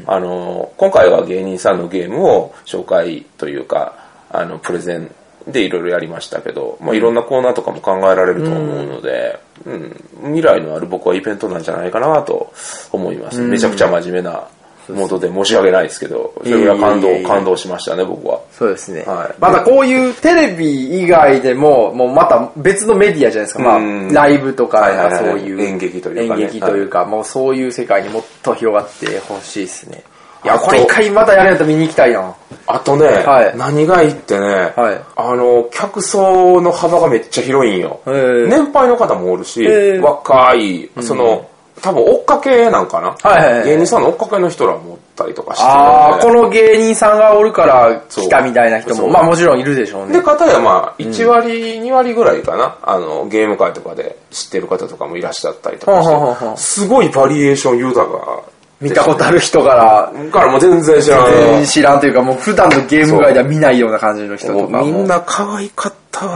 Speaker 1: あの、今回は芸人さんのゲームを紹介というか、あの、プレゼンでいろいろやりましたけど、まあいろんなコーナーとかも考えられると思うので、うん、未来のある僕はイベントなんじゃないかなと思います。めちゃくちゃ真面目な。元で申し訳ないですけど、それぐらい感
Speaker 2: いえいえいえい
Speaker 1: 動、
Speaker 2: え
Speaker 1: 感動しましたね、僕は。
Speaker 2: そうですね、
Speaker 1: はい
Speaker 2: またこういうテレビ以外でも、もうまた別のメディアじゃないですか。まあ
Speaker 1: うん、
Speaker 2: ライブとか、
Speaker 1: はいはいはい
Speaker 2: なんかそういう。
Speaker 1: 演劇というかね
Speaker 2: 演劇というか、もうそういう世界にもっと広がってほしいですね。い
Speaker 1: あ
Speaker 2: や、
Speaker 1: と
Speaker 2: これ一回またやるやと見に行きたいな。
Speaker 1: あとね、
Speaker 2: はい
Speaker 1: 何がいいってね、
Speaker 2: はい
Speaker 1: あの、客層の幅がめっちゃ広いんよ。
Speaker 2: へー
Speaker 1: 年配の方もおるし、
Speaker 2: へー
Speaker 1: 若い、その、多分追っかけなんかな、
Speaker 2: はいはいはい
Speaker 1: 芸人さんの追っかけの人らもおったりとかして
Speaker 2: ああ、
Speaker 1: る
Speaker 2: こ
Speaker 1: んで。
Speaker 2: の芸人さんがおるから来たみたいな人
Speaker 1: そ
Speaker 2: も、
Speaker 1: う
Speaker 2: まあもちろんいるでしょう
Speaker 1: で、
Speaker 2: ね。
Speaker 1: 方やまあ、1割、2割ぐらいかな、あの、ゲーム会とかで知ってる方とかもいらっしゃったりとかして、
Speaker 2: ほうほうほうほう
Speaker 1: すごいバリエーション豊か。
Speaker 2: 見たことある人から、
Speaker 1: とからもう全然知ら
Speaker 2: 全
Speaker 1: ん
Speaker 2: 然。知らんというか、もう普段のゲーム外では見ないような感じの人とか
Speaker 1: も
Speaker 2: も。
Speaker 1: うみんな可愛かったわ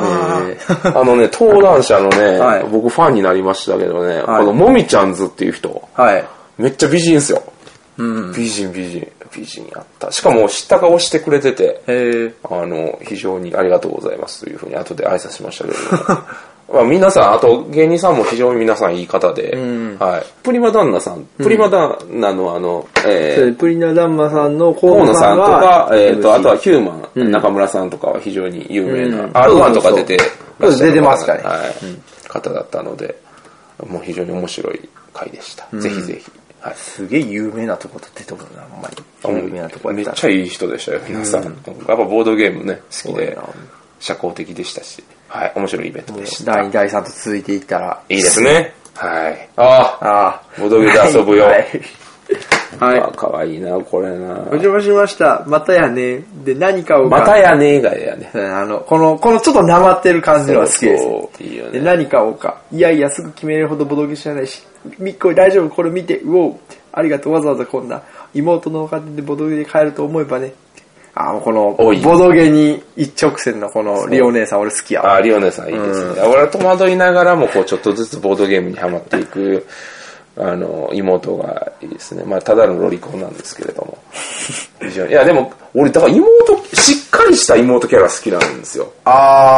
Speaker 2: え
Speaker 1: ー。あのね、登壇者の ね、
Speaker 2: はい
Speaker 1: 僕ファンになりましたけどね、
Speaker 2: はい
Speaker 1: このもみちゃんずっていう人、
Speaker 2: はい。
Speaker 1: めっちゃ美人ですよ。美人美人、美人やった。しかも知った顔してくれてて、
Speaker 2: へえ。
Speaker 1: あの、非常にありがとうございますというふうに後で挨拶しました けども、まあ皆さん、あと芸人さんも非常に皆さんいい方で、はい。プリマ旦那さん、プリマ旦那のあの、えー
Speaker 2: プリナダンマさんの河
Speaker 1: 河
Speaker 2: 野
Speaker 1: 野さ
Speaker 2: さん
Speaker 1: んと
Speaker 2: が
Speaker 1: か、えっ、と、あ
Speaker 2: MC
Speaker 1: とはヒューマン、中村さんとかは非常に有名な、
Speaker 2: うん
Speaker 1: R1 とか出てらっしゃる
Speaker 2: 出てますからね
Speaker 1: はい方だったので、もう非常に面白い回でした。ぜひぜひ。はい。
Speaker 2: すげえ有名なとこだってとこだな、ほんまに。有名なとこ
Speaker 1: め
Speaker 2: や
Speaker 1: っ
Speaker 2: ったら。
Speaker 1: ちゃいい人でしたよ、皆さん。やっぱボードゲームね、好き
Speaker 2: そうや
Speaker 1: で
Speaker 2: な、
Speaker 1: 社交的でしたし、はい、面白いイベントでした。
Speaker 2: 第2、第3と続いていったら。
Speaker 1: いいですね。はい。ああ、
Speaker 2: ああ。
Speaker 1: ボードゲームで遊ぶよ。
Speaker 2: はい。はい
Speaker 1: ああ、かわいいな、これな。
Speaker 2: お邪魔しました。またやね。で、何かを。
Speaker 1: またやねーがやね。
Speaker 2: あの、この、このちょっとなまってる感じのが好きです。
Speaker 1: そういいよね
Speaker 2: で何買おうか。いやいや、すぐ決めれるほどボドゲ知らないし、みっこい大丈夫、これ見て、うおう。ありがとう、わざわざこんな。妹のお金でボドゲで買えると思えばね。あー、もうこの、
Speaker 1: 多い
Speaker 2: ボドゲに一直線のこのリオ姉さん、俺好きやわ。
Speaker 1: あー、リオネさんいいですね。俺は戸惑いながらも、こう、ちょっとずつボードゲームにはまっていく、あの、妹がいいですね。まあ、ただのロリコンなんですけれ ども。非常に。いや、でも、俺、だから妹、しっかりした妹キャラ好きなんですよ。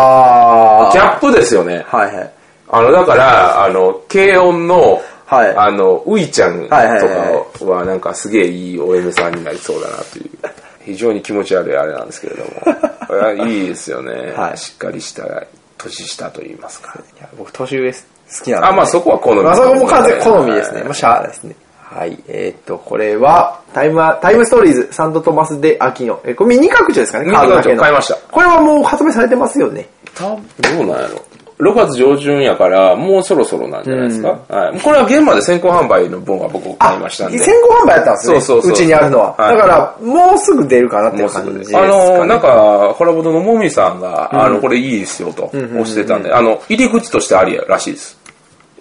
Speaker 2: あ
Speaker 1: ギャップですよね。
Speaker 2: はいはい。
Speaker 1: あの、だから、あの、軽音の、
Speaker 2: はい
Speaker 1: あの、ういちゃんとか
Speaker 2: はいはいは
Speaker 1: は、なんかすげえいいお嫁さんになりそうだな という。非常に気持ち悪いあれなんですけれども。これはいいですよね。
Speaker 2: はい
Speaker 1: しっかりした、年下と言いますか。
Speaker 2: いや僕、年上す好きなんで。
Speaker 1: あ、まあそこは好み。
Speaker 2: まあそこも完全に好みです
Speaker 1: は
Speaker 2: ね。
Speaker 1: い
Speaker 2: もうしゃあないですね。はい。えーっと、これは、タイムは、タイムストーリーズ、サンドトマス・デ・アキノ。えー、これミニ拡張ですかね、
Speaker 1: ニ拡
Speaker 2: カ
Speaker 1: 張
Speaker 2: ードだけの
Speaker 1: 買いました
Speaker 2: これはもう発売されてますよね。
Speaker 1: 多分どうなんやろ。6月上旬やから、もうそろそろなんじゃないですか。はい。これは現場で先行販売の分は僕買いましたんで。
Speaker 2: 先行販売やったんですね。
Speaker 1: そうそうそう
Speaker 2: ちにあるのは。
Speaker 1: はい
Speaker 2: だから、もうすぐ出るかなってい
Speaker 1: もう
Speaker 2: う
Speaker 1: す
Speaker 2: 感
Speaker 1: ぐ
Speaker 2: じ
Speaker 1: で
Speaker 2: ですすかね。
Speaker 1: あの、なんか、コラボのもみさんが、あの、これいいですよと、押してたんで、あの、入り口としてありらしいです。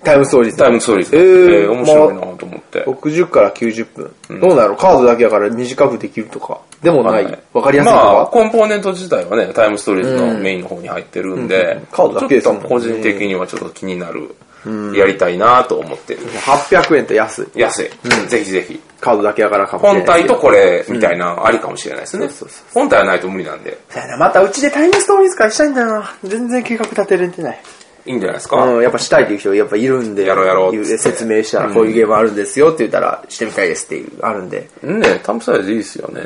Speaker 2: タイムストーリーズ
Speaker 1: タイ。ムストーリーズ。
Speaker 2: えー
Speaker 1: えー面白いなと思って。
Speaker 2: 60から90分。どうなのカードだけやから短くできるとか。でもない。わ、かりやすいとか。
Speaker 1: まあ、コンポーネント自体はね、タイムストーリーズのメインの方に入ってるんで、
Speaker 2: カードだけです
Speaker 1: ちょ
Speaker 2: もん
Speaker 1: っ
Speaker 2: ね
Speaker 1: と個人的にはちょっと気になる、やりたいなと思ってる。
Speaker 2: 800円と安い。
Speaker 1: 安い。ぜひぜひ。
Speaker 2: カードだけやからかもしれない
Speaker 1: 本
Speaker 2: ですけ
Speaker 1: 体
Speaker 2: ど。
Speaker 1: とこれみたいなのありかもしれないですね
Speaker 2: そうそうそ。
Speaker 1: 本体はないと無理なんで、
Speaker 2: そうやなまたうちでタイムストーリーズ会したいんだよな。全然計画立てれてない。
Speaker 1: いいんじゃないですか。
Speaker 2: うん、やっぱしたいという人やっぱいるんで。
Speaker 1: やろうやろうっつって
Speaker 2: 言説明したらこういうゲームあるんですよって言ったら、してみたいですっていう、あるんで。
Speaker 1: ねタイムストーリーズいいですよね。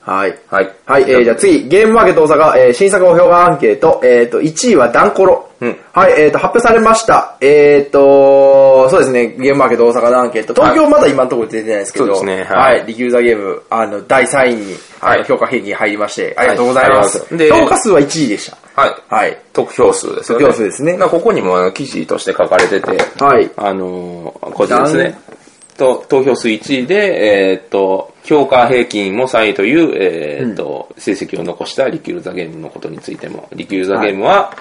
Speaker 2: はい。
Speaker 1: はい。
Speaker 2: はい、えー、じゃあ次、ゲームマーケット大阪、えー、新作評価アンケート、えっ、ー、と、1位はダンコロ。
Speaker 1: うん
Speaker 2: はい、えっ、ー、と、発表されました。えっ、ー、と、そうですね、ゲームマーケット大阪のアンケート、東京まだ今のところ出てないですけど、
Speaker 1: そうですね
Speaker 2: は。
Speaker 1: はいい
Speaker 2: リキューザゲーム、あの、第3位に、
Speaker 1: は
Speaker 2: あ
Speaker 1: い
Speaker 2: の評価平均入りまして、ありがとうございます。
Speaker 1: ありがとうございますで
Speaker 2: 評価数は1位でした。
Speaker 1: はい。
Speaker 2: はい。
Speaker 1: 得票数ですよね。
Speaker 2: 得票数ですね
Speaker 1: だからここにもあの記事として書かれてて、
Speaker 2: はい。
Speaker 1: あのーこちらですね。と投票数1位で、えーっと、評価平均も3位という、えーっと、成績を残したリキュール・ザ・ゲームのことについても、リキュール・ザ・ゲームは、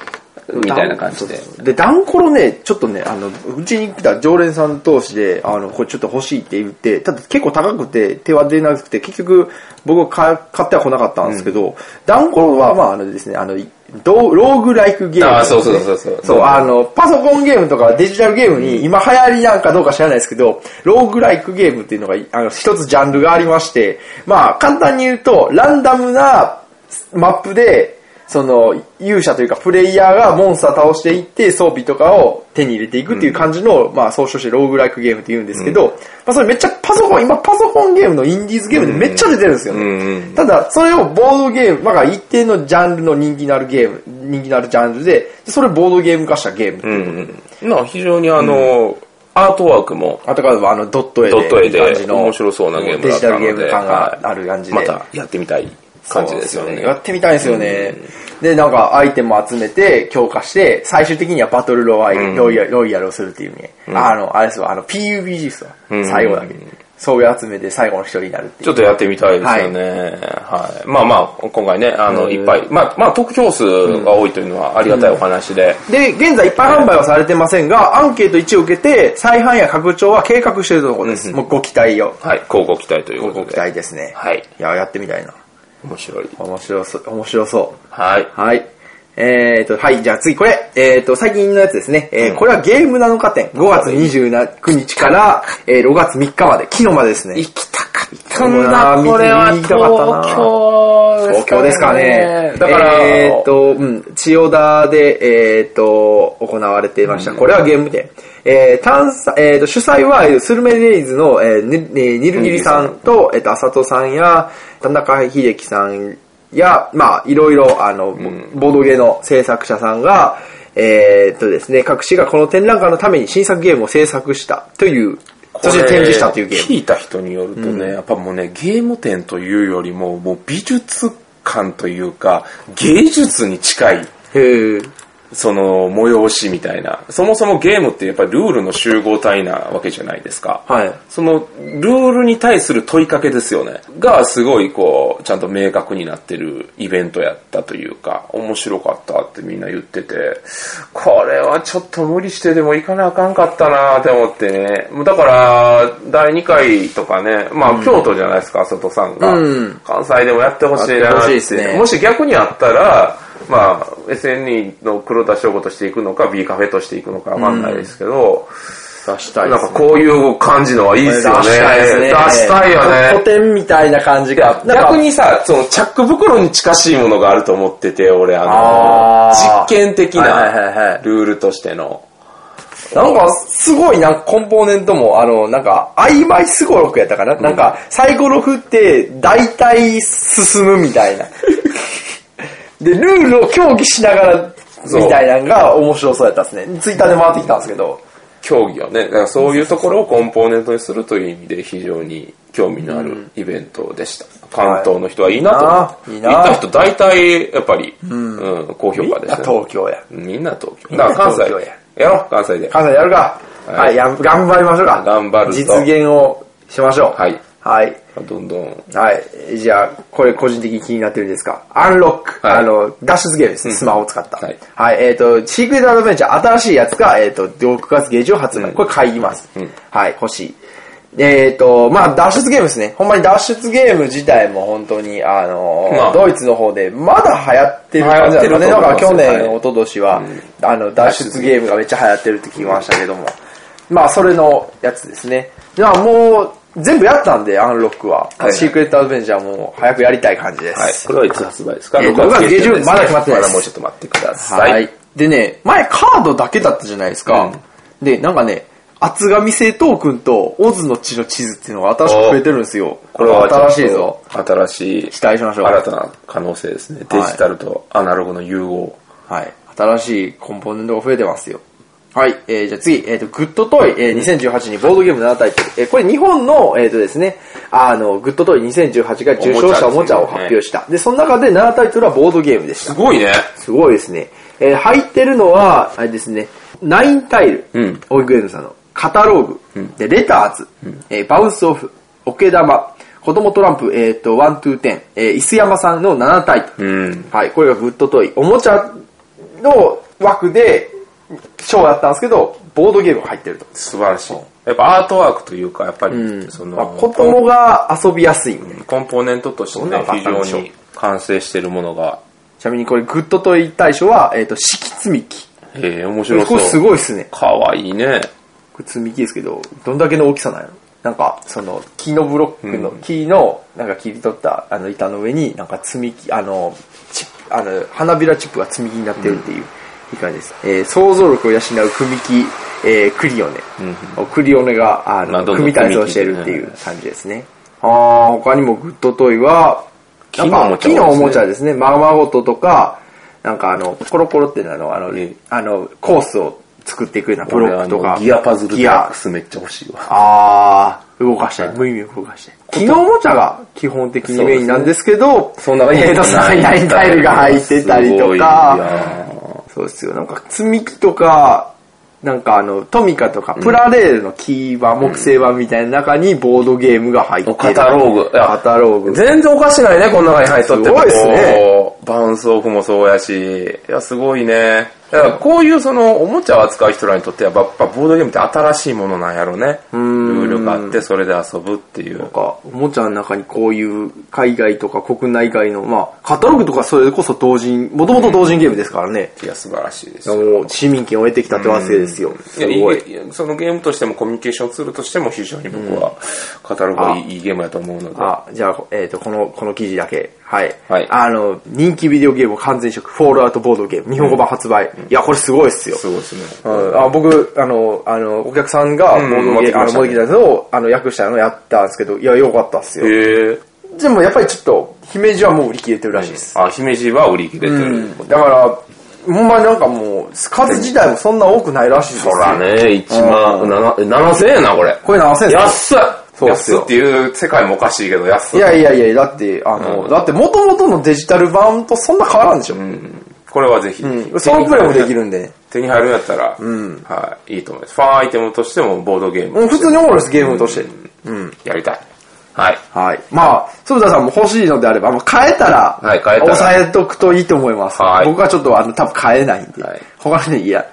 Speaker 1: みたいな感じで
Speaker 2: そう。そうそうで、ダンコロね、ちょっとね、あの、うちに来た常連さん同士で、あの、これちょっと欲しいって言って、ただ結構高くて、手は出なくて、結局、僕は買買っては来なかったんですけど、ダンコロは、まあ、あのですね、あの、どうローグライクゲーム、
Speaker 1: あーそうそうそうそう
Speaker 2: そう、あの、パソコンゲームとかデジタルゲームに、今流行りなんかどうか知らないですけど、ローグライクゲームっていうのが、あの、一つジャンルがありまして、まあ、簡単に言うと、ランダムなマップで、その、勇者というか、プレイヤーがモンスター倒していって、装備とかを手に入れていくっていう感じの、まあ、総称してローグライクゲームって言うんですけど、まあ、それめっちゃパソコン、今パソコンゲームのインディーズゲームでめっちゃ出てるんですよね。
Speaker 1: うんうんうん
Speaker 2: ただ、それをボードゲーム、まあ、一定のジャンルの人気のあるゲーム、人気のあるジャンルで、でそれをボードゲーム化したゲームっていう。
Speaker 1: うんうん。な非常にあの、アートワークも、
Speaker 2: あとからはあのドット絵で、
Speaker 1: ドット絵で
Speaker 2: いい感じの
Speaker 1: 面白そうなゲーム
Speaker 2: デ
Speaker 1: だ
Speaker 2: ジ
Speaker 1: った
Speaker 2: タ
Speaker 1: の
Speaker 2: ル
Speaker 1: で
Speaker 2: ゲーム感がある感じで。
Speaker 1: またやってみたい感じですよ
Speaker 2: そう
Speaker 1: ね。
Speaker 2: やってみたいですよね。で、なんか、アイテムを集めて、強化して、最終的にはバトルロワイ、ロイヤルロイヤルをするっていうね。あの、あれですわ、あの、PUBG ですわ。最後だけ。そういう集めて最後の一人になるっていう。
Speaker 1: ちょっとやってみたいですよね。はい。まあまあ、今回ね、あの、いっぱい、まあ、まあ、得票数が多いというのはありがたいお話で、
Speaker 2: で、現在一般販売はされてませんが、アンケート1を受けて、再販や拡張は計画しているところです。もうご期待を。
Speaker 1: はい、交互期待という
Speaker 2: ご
Speaker 1: こと
Speaker 2: 期
Speaker 1: で。
Speaker 2: 待ですね。
Speaker 1: はい。
Speaker 2: いや、やってみたいな。
Speaker 1: 面白い。
Speaker 2: 面白そう、面白そう。
Speaker 1: はい。
Speaker 2: はい。えーと、はい、じゃあ次これ、えーと、最近のやつですね。えーこれはゲーム7日店。5月29日から、えー6月3日まで、昨日までですね。
Speaker 1: 行きたかった
Speaker 2: うん見に行きたかったな東京ですかね。
Speaker 1: だから、
Speaker 2: えーと、うん、千代田で、えーと、行われていました。これはゲーム店。えー、探査、えーと、主催は、スルメレイズの、えー、にえーニルギリさんと、えーと、あさとさんや、田中秀樹さんや、まあ、いろいろ、あの、ボードゲーの制作者さんが、えーっとですね、各紙がこの展覧会のために新作ゲームを制作したという、そして展示したというゲーム。
Speaker 1: 聞いた人によるとね、やっぱもうね、ゲーム展というよりも、もう美術館というか、芸術に近い。
Speaker 2: へー
Speaker 1: その催しみたいな。そもそもゲームってやっぱりルールの集合体なわけじゃないですか。
Speaker 2: はい。
Speaker 1: そのルールに対する問いかけですよね。がすごいこう、ちゃんと明確になってるイベントやったというか、面白かったってみんな言ってて、これはちょっと無理してでも行かなあかんかったなって思ってね。もうだから、第2回とかね、まあ京都じゃないですか、外さんが。
Speaker 2: うん
Speaker 1: 関西でもやってほしいな
Speaker 2: やってほ
Speaker 1: っ
Speaker 2: していですね
Speaker 1: もし逆にあったら、まあ、SNE の黒田翔吾としていくのか、B カフェとしていくのかわかんないですけど、
Speaker 2: 出したい
Speaker 1: なんかこういう感じのはいい
Speaker 2: 出
Speaker 1: ですよね。
Speaker 2: したいですね。
Speaker 1: 出したいよ
Speaker 2: 古
Speaker 1: ね。
Speaker 2: 典みたいな感じが。なんか
Speaker 1: 逆にさ、そのチャック袋に近しいものがあると思ってて、俺、あの、
Speaker 2: あー
Speaker 1: 実験的
Speaker 2: はいはいはいは
Speaker 1: ないルールとしての。
Speaker 2: なんか、すごいなんかコンポーネントも、あの、なんか、曖昧すごろくやったかな、なんか、サイコロ振って、大体進むみた いな。で、ルールを協議しながら、
Speaker 1: そう
Speaker 2: みたいなのが面白そうやったですね。ツイッターで回ってきたんですけど。
Speaker 1: 競技をね、だからそういうところをコンポーネントにするという意味で非常に興味のあるイベントでした。関東の人はいいなと思って
Speaker 2: いいな
Speaker 1: 行った人大体やっぱり、うん、高評価で
Speaker 2: あ
Speaker 1: したね。
Speaker 2: 東京や。
Speaker 1: みんな東京。
Speaker 2: みんな
Speaker 1: だから関
Speaker 2: 東京
Speaker 1: 西
Speaker 2: や、
Speaker 1: やろう、関西で。
Speaker 2: 関西やるか。
Speaker 1: はい
Speaker 2: はい、やん頑張りましょうか。
Speaker 1: 頑張るぞ
Speaker 2: 実現をしましょう。
Speaker 1: はい。
Speaker 2: はい。
Speaker 1: どんどん
Speaker 2: はい。じゃあ、これ個人的に気になってるんですかアンロック。
Speaker 1: はい
Speaker 2: あの、脱出ゲームですね。スマホを使った。
Speaker 1: はい
Speaker 2: えっ、と、シークレットアドベンチャー、新しいやつが、えっ、と、6月下旬発売。これ買います。はい、欲しい。えっ、と、まあ脱出ゲームですね。ほんまに脱出ゲーム自体も本当に、あのー
Speaker 1: まあ
Speaker 2: ドイツの方でまだ流行ってる感じなんですよね。
Speaker 1: 流行
Speaker 2: だか
Speaker 1: ってる
Speaker 2: ら
Speaker 1: と
Speaker 2: 去
Speaker 1: 思います
Speaker 2: 年、
Speaker 1: はい
Speaker 2: 一昨年は、あの、脱出ゲームがめっちゃ流行ってるって聞きましたけども。まあ、それのやつですね。じゃあもう、全部やったんで、アンロックは。
Speaker 1: はい
Speaker 2: シークレットアドベンチャーも早くやりたい感じで
Speaker 1: はい。
Speaker 2: す。
Speaker 1: これはいつ発売ですか
Speaker 2: えー
Speaker 1: 六
Speaker 2: 六月下旬
Speaker 1: ですね
Speaker 2: まだ決まってないです
Speaker 1: まだもうちょっと待ってくだ
Speaker 2: は
Speaker 1: さ
Speaker 2: い。
Speaker 1: い。
Speaker 2: でね、前カードだけだったじゃないですか。で、なんかね、厚紙製トークンとオズの血の地図っていうのが新しく増えてるんですよ。これは
Speaker 1: ちょっと
Speaker 2: 新しいぞ。。
Speaker 1: 新しい。
Speaker 2: 期待しましょう
Speaker 1: 新たな可能性ですね。デジタルとアナログの融合。
Speaker 2: はい。新しいコンポーネントが増えてますよ。はい。えー、じゃあ次、えっ、と、グッドトイ、えー、2018にボードゲーム7タイトル。えー、これ日本の、えっ、とですね、あの、グッドトイ2018が受賞したお
Speaker 1: お
Speaker 2: も
Speaker 1: も
Speaker 2: ち
Speaker 1: ち
Speaker 2: ゃ
Speaker 1: ゃ
Speaker 2: を
Speaker 1: ですね
Speaker 2: 発表した。で、その中で7タイトルはボードゲームでした
Speaker 1: す。ごいね。
Speaker 2: すごいですね。えー、入ってるのは、あれですね、ナインタイル。
Speaker 1: うん
Speaker 2: オイグエムさんの。カタローグ、でレターズ、えーバウンスオフ、オケ玉、子供トランプ、えっ、と、ワン、トゥー、テン、えー、イスヤマさんの7体と。
Speaker 1: うん
Speaker 2: はい、これがグッドトイ。おもちゃの枠で、賞だったんですけど、ボードゲームが入ってると。
Speaker 1: 素晴らしい。やっぱアートワークというか、やっぱり、その、
Speaker 2: まあ、子供が遊びやすいみたいな。
Speaker 1: コンポーネントとして
Speaker 2: どんな
Speaker 1: ね
Speaker 2: のがあっ
Speaker 1: 非
Speaker 2: たん
Speaker 1: 常
Speaker 2: でしょう
Speaker 1: に完成しているものが、
Speaker 2: ちなみにこれ、グッドトイ大賞は、えっ、と、敷き積み木。
Speaker 1: ええ面
Speaker 2: これ
Speaker 1: 白そう。
Speaker 2: すごいっすね。
Speaker 1: かわいいね。
Speaker 2: これ積み木ですけど、どんだけの大きさなんやろなんか、その、木のブロックの、木の、なんか切り取った、あの、板の上に、なんか積み木、あの、チップ、あの、花びらチップが積み木になってるっていう、いい感じです。えー想像力を養う組木、えークリオネ。クリオネが、あ
Speaker 1: まあ
Speaker 2: の、
Speaker 1: どんどん
Speaker 2: 組み体操をしてるっていう感じですね。あー、他にもグッドトイは、
Speaker 1: 木のお
Speaker 2: な
Speaker 1: もちゃ
Speaker 2: んか木のおもちゃですね。ままごととか、なんかあの、コロコロっていうのはあの、あの、
Speaker 1: ええ
Speaker 2: あのコースを作っていくようなブ
Speaker 1: こ
Speaker 2: ロ
Speaker 1: れ
Speaker 2: ッ
Speaker 1: あ
Speaker 2: クと
Speaker 1: の
Speaker 2: か。
Speaker 1: ギアパズルデ
Speaker 2: ギ
Speaker 1: ラッ
Speaker 2: ア
Speaker 1: ク。スめっちゃ欲しいわ。
Speaker 2: あー、動かしたい。無意味を動かしたい。木のおもちゃが基本的にメインなんですけど、
Speaker 1: そん な
Speaker 2: えーと、サイナインタイルが入ってたりとか、そうですよ。なんか積み木とか、なんかあの、トミカとか、プラレールの木板、木製板みたいな中にボードゲームが入ってる。
Speaker 1: カタローグいや
Speaker 2: カタローグ。
Speaker 1: 全然おかしないね、この中に入っとって
Speaker 2: すごいっすね
Speaker 1: こうバウンスオフもそうやし、いや、すごいね。だからこういうそのおもちゃを扱う人らにとっては、やっぱボードゲームって新しいものなんやろね。ルールがあって、それで遊ぶっていう
Speaker 2: なん。か、おもちゃの中にこういう海外とか国内外の、まあ、カタログとかそれこそ同人、もともと同人ゲームですからね。
Speaker 1: いや、素晴らしいですよ。
Speaker 2: もう市民権を得てきたってわけですよ。
Speaker 1: い
Speaker 2: す
Speaker 1: や
Speaker 2: ご
Speaker 1: い
Speaker 2: い。
Speaker 1: いやそのゲームとしてもコミュニケーションツールとしても非常に僕はカタログはいい,、いいゲームやと思うので。
Speaker 2: あ、じゃあ、えっ、と、この、この記事だけ。はい。
Speaker 1: はい
Speaker 2: あの、人気ビデオゲームを完全移植、フォールアウトボードゲーム、日本語版発売。いや、これすごいっすよ。
Speaker 1: すごいですね。
Speaker 2: うんあ僕、あの、あの、お客さんが、ボードゲーム、あの、
Speaker 1: 持
Speaker 2: モ
Speaker 1: って
Speaker 2: デ
Speaker 1: き
Speaker 2: キ
Speaker 1: ま
Speaker 2: たやつを、あの、訳したのやったんですけど、いや、良かったっすよ。
Speaker 1: へえ。
Speaker 2: でも、やっぱりちょっと、姫路はもう売り切れてるらしいです。
Speaker 1: あ、姫路は売り切れてる。
Speaker 2: だから、ほんまになんかもう、数自体もそんな多くないらしいです
Speaker 1: ほらね、1万、7 7000円な、これ。
Speaker 2: これ何千円です
Speaker 1: 安っ
Speaker 2: そうっすよ
Speaker 1: 安っていう世界もおかしいけど、安
Speaker 2: かい
Speaker 1: っ。
Speaker 2: やいやいや、だって、あの、だって元々のデジタル版とそんな変わらんでしょ。
Speaker 1: これはぜひ。
Speaker 2: ソロプレイもできるんで。
Speaker 1: 手に入るんやったら、はい、いいと思います。ファンアイテムとしてもボードゲー
Speaker 2: う
Speaker 1: ム
Speaker 2: ん普通におもろいです、ゲームとして。
Speaker 1: やりたい。はい。
Speaker 2: はい。まあ、鶴田さんも欲しいのであれば、まあ、変えたら、
Speaker 1: はい変えたら
Speaker 2: 抑えとくといいと思います。
Speaker 1: はい
Speaker 2: 僕はちょっと、あの、多分変えないんで。
Speaker 1: はい
Speaker 2: 他のね、いや、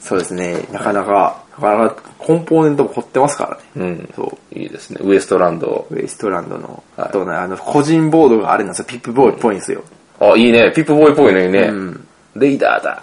Speaker 2: そうですね、なかなか、なかなかコンポーネントも凝ってますからね。
Speaker 1: うん。
Speaker 2: そう。
Speaker 1: いいですね。ウエストランド。
Speaker 2: ウエストランドの、
Speaker 1: はい
Speaker 2: あとね、あの、個人ボードがあれなんですよ、ピップボーイっぽいんですよ。
Speaker 1: あ、いいね。ピップボーイっぽいのいいね。レイダ ーだ。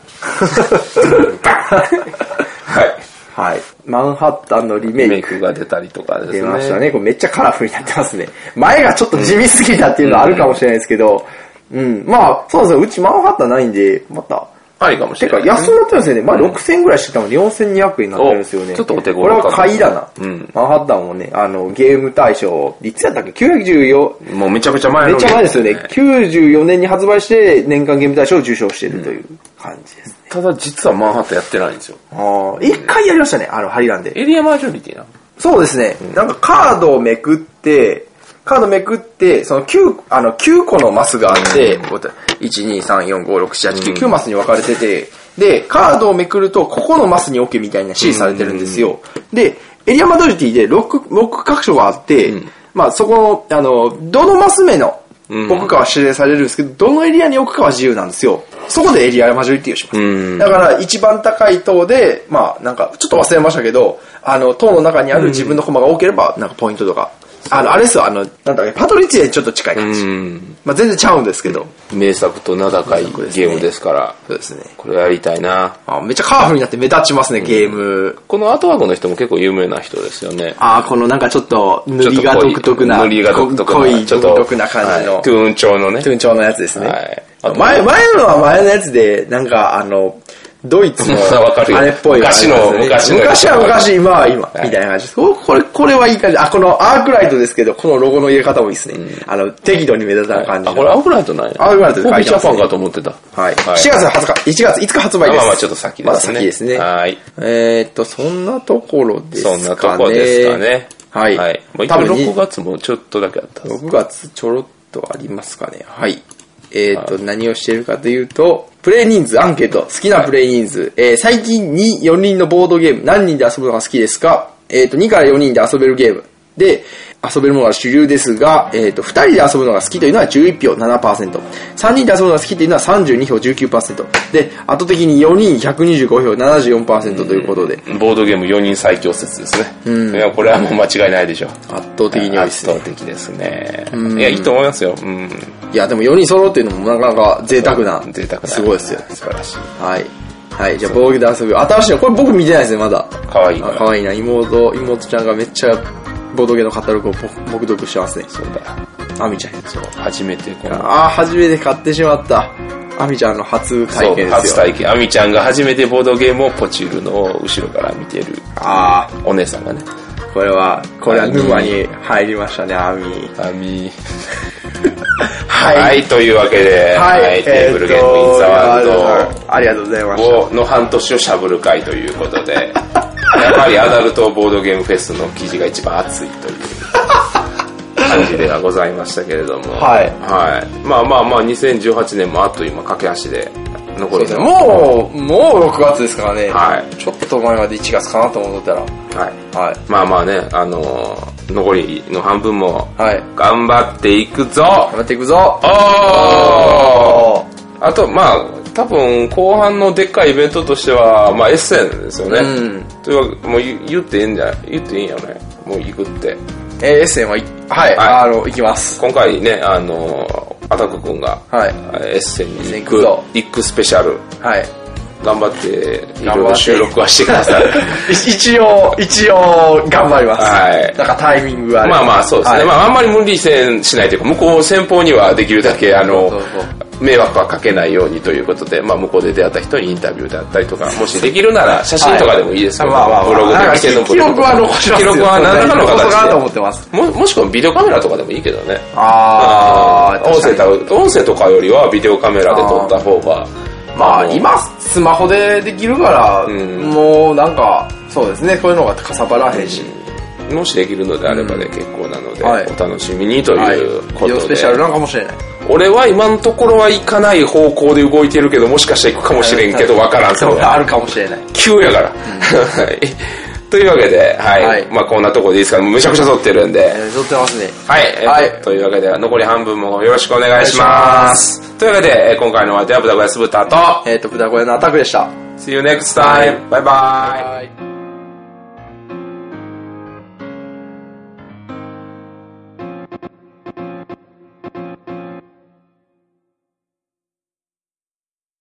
Speaker 1: はい。
Speaker 2: はい。マンハッタンのリメイク
Speaker 1: メイクが出たりとかですね。
Speaker 2: 出ましたね。これめっちゃカラフルになってますね。前がちょっと地味すぎたっていうのはあるかもしれないですけど、うん。まあ、そうなんですよ。うちマンハッタンないんで、また。
Speaker 1: ありかもしてれ
Speaker 2: か、
Speaker 1: ない。
Speaker 2: 安くなってるんですよね。まあ、6000円ぐらいしてたのに4200円になってるんですよね。
Speaker 1: おちょっとお手
Speaker 2: これ
Speaker 1: 頃かも
Speaker 2: は買いだな。
Speaker 1: うん
Speaker 2: マンハッタンもね、あの、ゲーム大賞、いつやったっけ ?914、
Speaker 1: もうめちゃくちゃ前
Speaker 2: め
Speaker 1: の
Speaker 2: っちゃ前ですよね。94年に発売して、年間ゲーム大賞を受賞してるという感じですね。
Speaker 1: ただ実はマンハッタンやってないんですよ。
Speaker 2: ああ、一回やりましたね、あの、ハリランで。
Speaker 1: エリアマジョリティな。
Speaker 2: そうですね、なんかカードをめくって、カードめくって、その9、あの、9個のマスがあって、こうやって1、2、3、4、5、6、7、8、9、9マスに分かれてて、で、カードをめくると、ここのマスに置けみたいな指示されてるんですよ。で、エリアマジョリティで 6, 6箇所があって、まあそこの、あの、どのマス目の
Speaker 1: うん
Speaker 2: 僕かは指定されるんですけど、どのエリアに置くかは自由なんですよ。そこでエリアマジョリティをします。
Speaker 1: うん
Speaker 2: だから一番高い塔で、まあなんかちょっと忘れましたけど、あの塔の中にある自分の駒が多ければなんかポイントとか、あのあれですよ、あの、なんだっけ、パトリッチェにちょっと近い感じ。
Speaker 1: ん。
Speaker 2: まあ全然ちゃうんですけど、
Speaker 1: 名作と名高い
Speaker 2: ですね
Speaker 1: ゲームですから、
Speaker 2: そうですね。
Speaker 1: これやりたいな。
Speaker 2: あめっちゃカラフルになって目立ちますね、ゲーム。
Speaker 1: このアートワークの人も結構有名な人ですよね。
Speaker 2: ああ、このなんかちょっと塗りが独特な、
Speaker 1: 塗りが独特な。
Speaker 2: 濃い
Speaker 1: ちょっ
Speaker 2: 独
Speaker 1: と
Speaker 2: 特な感じの、
Speaker 1: はいトゥーン調のね
Speaker 2: ト。ゥーン調のやつですね。
Speaker 1: はい
Speaker 2: 前、前のは前のやつで、なんかあの、ドイツの
Speaker 1: わかるよ
Speaker 2: あれっぽいのありますよね、
Speaker 1: 昔の昔の
Speaker 2: 昔は昔、今は今、
Speaker 1: い
Speaker 2: みたいな感じです。おこれ、これはいい感じ。あ、このアークライトですけど、このロゴの入れ方もいいですね。あの、適度に目立たない感じ
Speaker 1: あ、
Speaker 2: の。
Speaker 1: これアウフライトなんや。
Speaker 2: アウフライトで書いてますね
Speaker 1: コーヒージャパンかと思ってた。
Speaker 2: はい。4
Speaker 1: はい
Speaker 2: 月20日、1月5日発
Speaker 1: ま
Speaker 2: 売
Speaker 1: あ
Speaker 2: です。
Speaker 1: まあまあちょっと先ですね。
Speaker 2: まだ先ですね。
Speaker 1: はい。
Speaker 2: えーっと、そんなところですか
Speaker 1: そ
Speaker 2: ね。
Speaker 1: んなとこですかね。
Speaker 2: はい。
Speaker 1: はい。もう一
Speaker 2: 多
Speaker 1: 応
Speaker 2: 分に
Speaker 1: 6月もちょっとだけあったんです
Speaker 2: 6月ちょろっとありますかね。はい。えっと、何をしているかというと、プレイ人数アンケート、好きなプレイ人数、えー最近2、4人のボードゲーム、何人で遊ぶのが好きですかえっと、2から4人で遊べるゲーム。で、遊べるものが主流ですが、えっ、と、2人で遊ぶのが好きというのは11票7%、3人で遊ぶのが好きというのは32票19%、で、圧倒的に4人125票74%ということで、
Speaker 1: ボードゲーム4人最強説ですね。いや、これはもう間違いないでしょう。
Speaker 2: 圧倒的に多いです
Speaker 1: 圧倒
Speaker 2: ね。
Speaker 1: 的ですね。いや、いいと思いますよ。うん。
Speaker 2: いや、でも4人揃うっていうのもなかなか贅沢な。
Speaker 1: 贅沢な
Speaker 2: すごいですよ。
Speaker 1: 素晴らしい。
Speaker 2: はい。はい、じゃあ、ボードで遊ぶ。新しいの、これ僕見てないですね、まだ。
Speaker 1: かわいい
Speaker 2: あ可愛いな。妹、妹ちゃんがめっちゃ、ボードゲーのカタログをぼ目読してますね。
Speaker 1: そうだ。
Speaker 2: アミちゃん。
Speaker 1: そう。初めてこの、
Speaker 2: ああ、初めて買ってしまった。アミちゃんの初体
Speaker 1: そう
Speaker 2: 験で
Speaker 1: 初
Speaker 2: すよ。
Speaker 1: 体験。アミちゃんが初めてボードゲームをポチるのを後ろから見てる。
Speaker 2: ああ、
Speaker 1: お姉さんがね。
Speaker 2: これは、これは沼に入りましたね、アミ。
Speaker 1: アミ。
Speaker 2: は
Speaker 1: はい、というわけで、テーブルゲームインザワールド。
Speaker 2: ド。ありがとうございました。
Speaker 1: をの半年をしゃぶる会というこ とで、やっぱりアダルトボードゲームフェスの記事が一番熱いという感じではございましたけれども、
Speaker 2: はい
Speaker 1: はいまあまあまあ、2018年もあっという間、駆け足で残りの、
Speaker 2: もう、もう6月ですからね。
Speaker 1: はい
Speaker 2: ちょっと前まで1月かなと思ってたら。は
Speaker 1: はい、
Speaker 2: い。
Speaker 1: まあまあね、あのー残りの半分も
Speaker 2: はい。
Speaker 1: 頑張っていくぞ
Speaker 2: 頑張っていくぞ
Speaker 1: おー
Speaker 2: おー
Speaker 1: あと、まあ、多分後半のでっかいイベントとしては、まあ、エッセンですよね。
Speaker 2: うん
Speaker 1: というわけもう言言っていいんじゃない言っていいんよね。もう行くって。
Speaker 2: えー、エッセンはい、はい、あの、行きます。
Speaker 1: 今回ね、あのーアタック君が、
Speaker 2: はい
Speaker 1: エッセンに
Speaker 2: エッセン行
Speaker 1: 行
Speaker 2: く
Speaker 1: く
Speaker 2: ぞ、
Speaker 1: 行くスペシャル。
Speaker 2: はい。
Speaker 1: 頑張って、いろい
Speaker 2: 頑張っ
Speaker 1: ろ
Speaker 2: て
Speaker 1: 収録はしてください。
Speaker 2: 一応、一応、頑張ります。
Speaker 1: はい
Speaker 2: だからタイミングがあれば
Speaker 1: まあまあ、そうですね。
Speaker 2: はい
Speaker 1: まあ、あんまり無理せんしないというか、向こう先方にはできるだけ、あの
Speaker 2: そうそう
Speaker 1: 迷惑はかけないようにということで、まあ、向こうで出会った人にインタビューであったりとか、もしできるなら写真とかでもいいですけど、
Speaker 2: はいまあまあまあ
Speaker 1: ブログで見て
Speaker 2: なんか記録は残しますよ
Speaker 1: 記録は何らかの
Speaker 2: 残そうかなと思
Speaker 1: 形
Speaker 2: ってます
Speaker 1: で。ももしくはビデオカメラとかでもいいけどね。
Speaker 2: あー、
Speaker 1: 音声
Speaker 2: 確かに
Speaker 1: と音声とかよりはビデオカメラで撮った方が、
Speaker 2: まあ、
Speaker 1: の
Speaker 2: 今、スマホでできるから、
Speaker 1: ん
Speaker 2: もうなんか、そうですね、こういうのがかさばらへんし。
Speaker 1: もしできるのであればで結構なので、
Speaker 2: はい
Speaker 1: お楽しみにと
Speaker 2: はい
Speaker 1: いうこ。
Speaker 2: ビデ
Speaker 1: と
Speaker 2: オ
Speaker 1: で。
Speaker 2: スペシャルなんかもしれない。
Speaker 1: 俺は今のところは行かない方向で動いてるけど、もしかしたら行くかもしれんけど、わからんそ
Speaker 2: そう
Speaker 1: れは
Speaker 2: あるかもしれない。
Speaker 1: 急やから。はいというわけで、はい。
Speaker 2: はい
Speaker 1: まあこんなとこでいいですかめちゃくちゃ撮ってるん
Speaker 2: え
Speaker 1: で。
Speaker 2: ー、撮ってますね。
Speaker 1: はい。えー
Speaker 2: はい
Speaker 1: というわけで、残り半分もよろしくお願いします。というわけで、えー今回のお相手は豚小屋酢豚と、
Speaker 2: えっ、と、豚小屋のアタックでした。
Speaker 1: See you next time! バイバイ
Speaker 2: はい。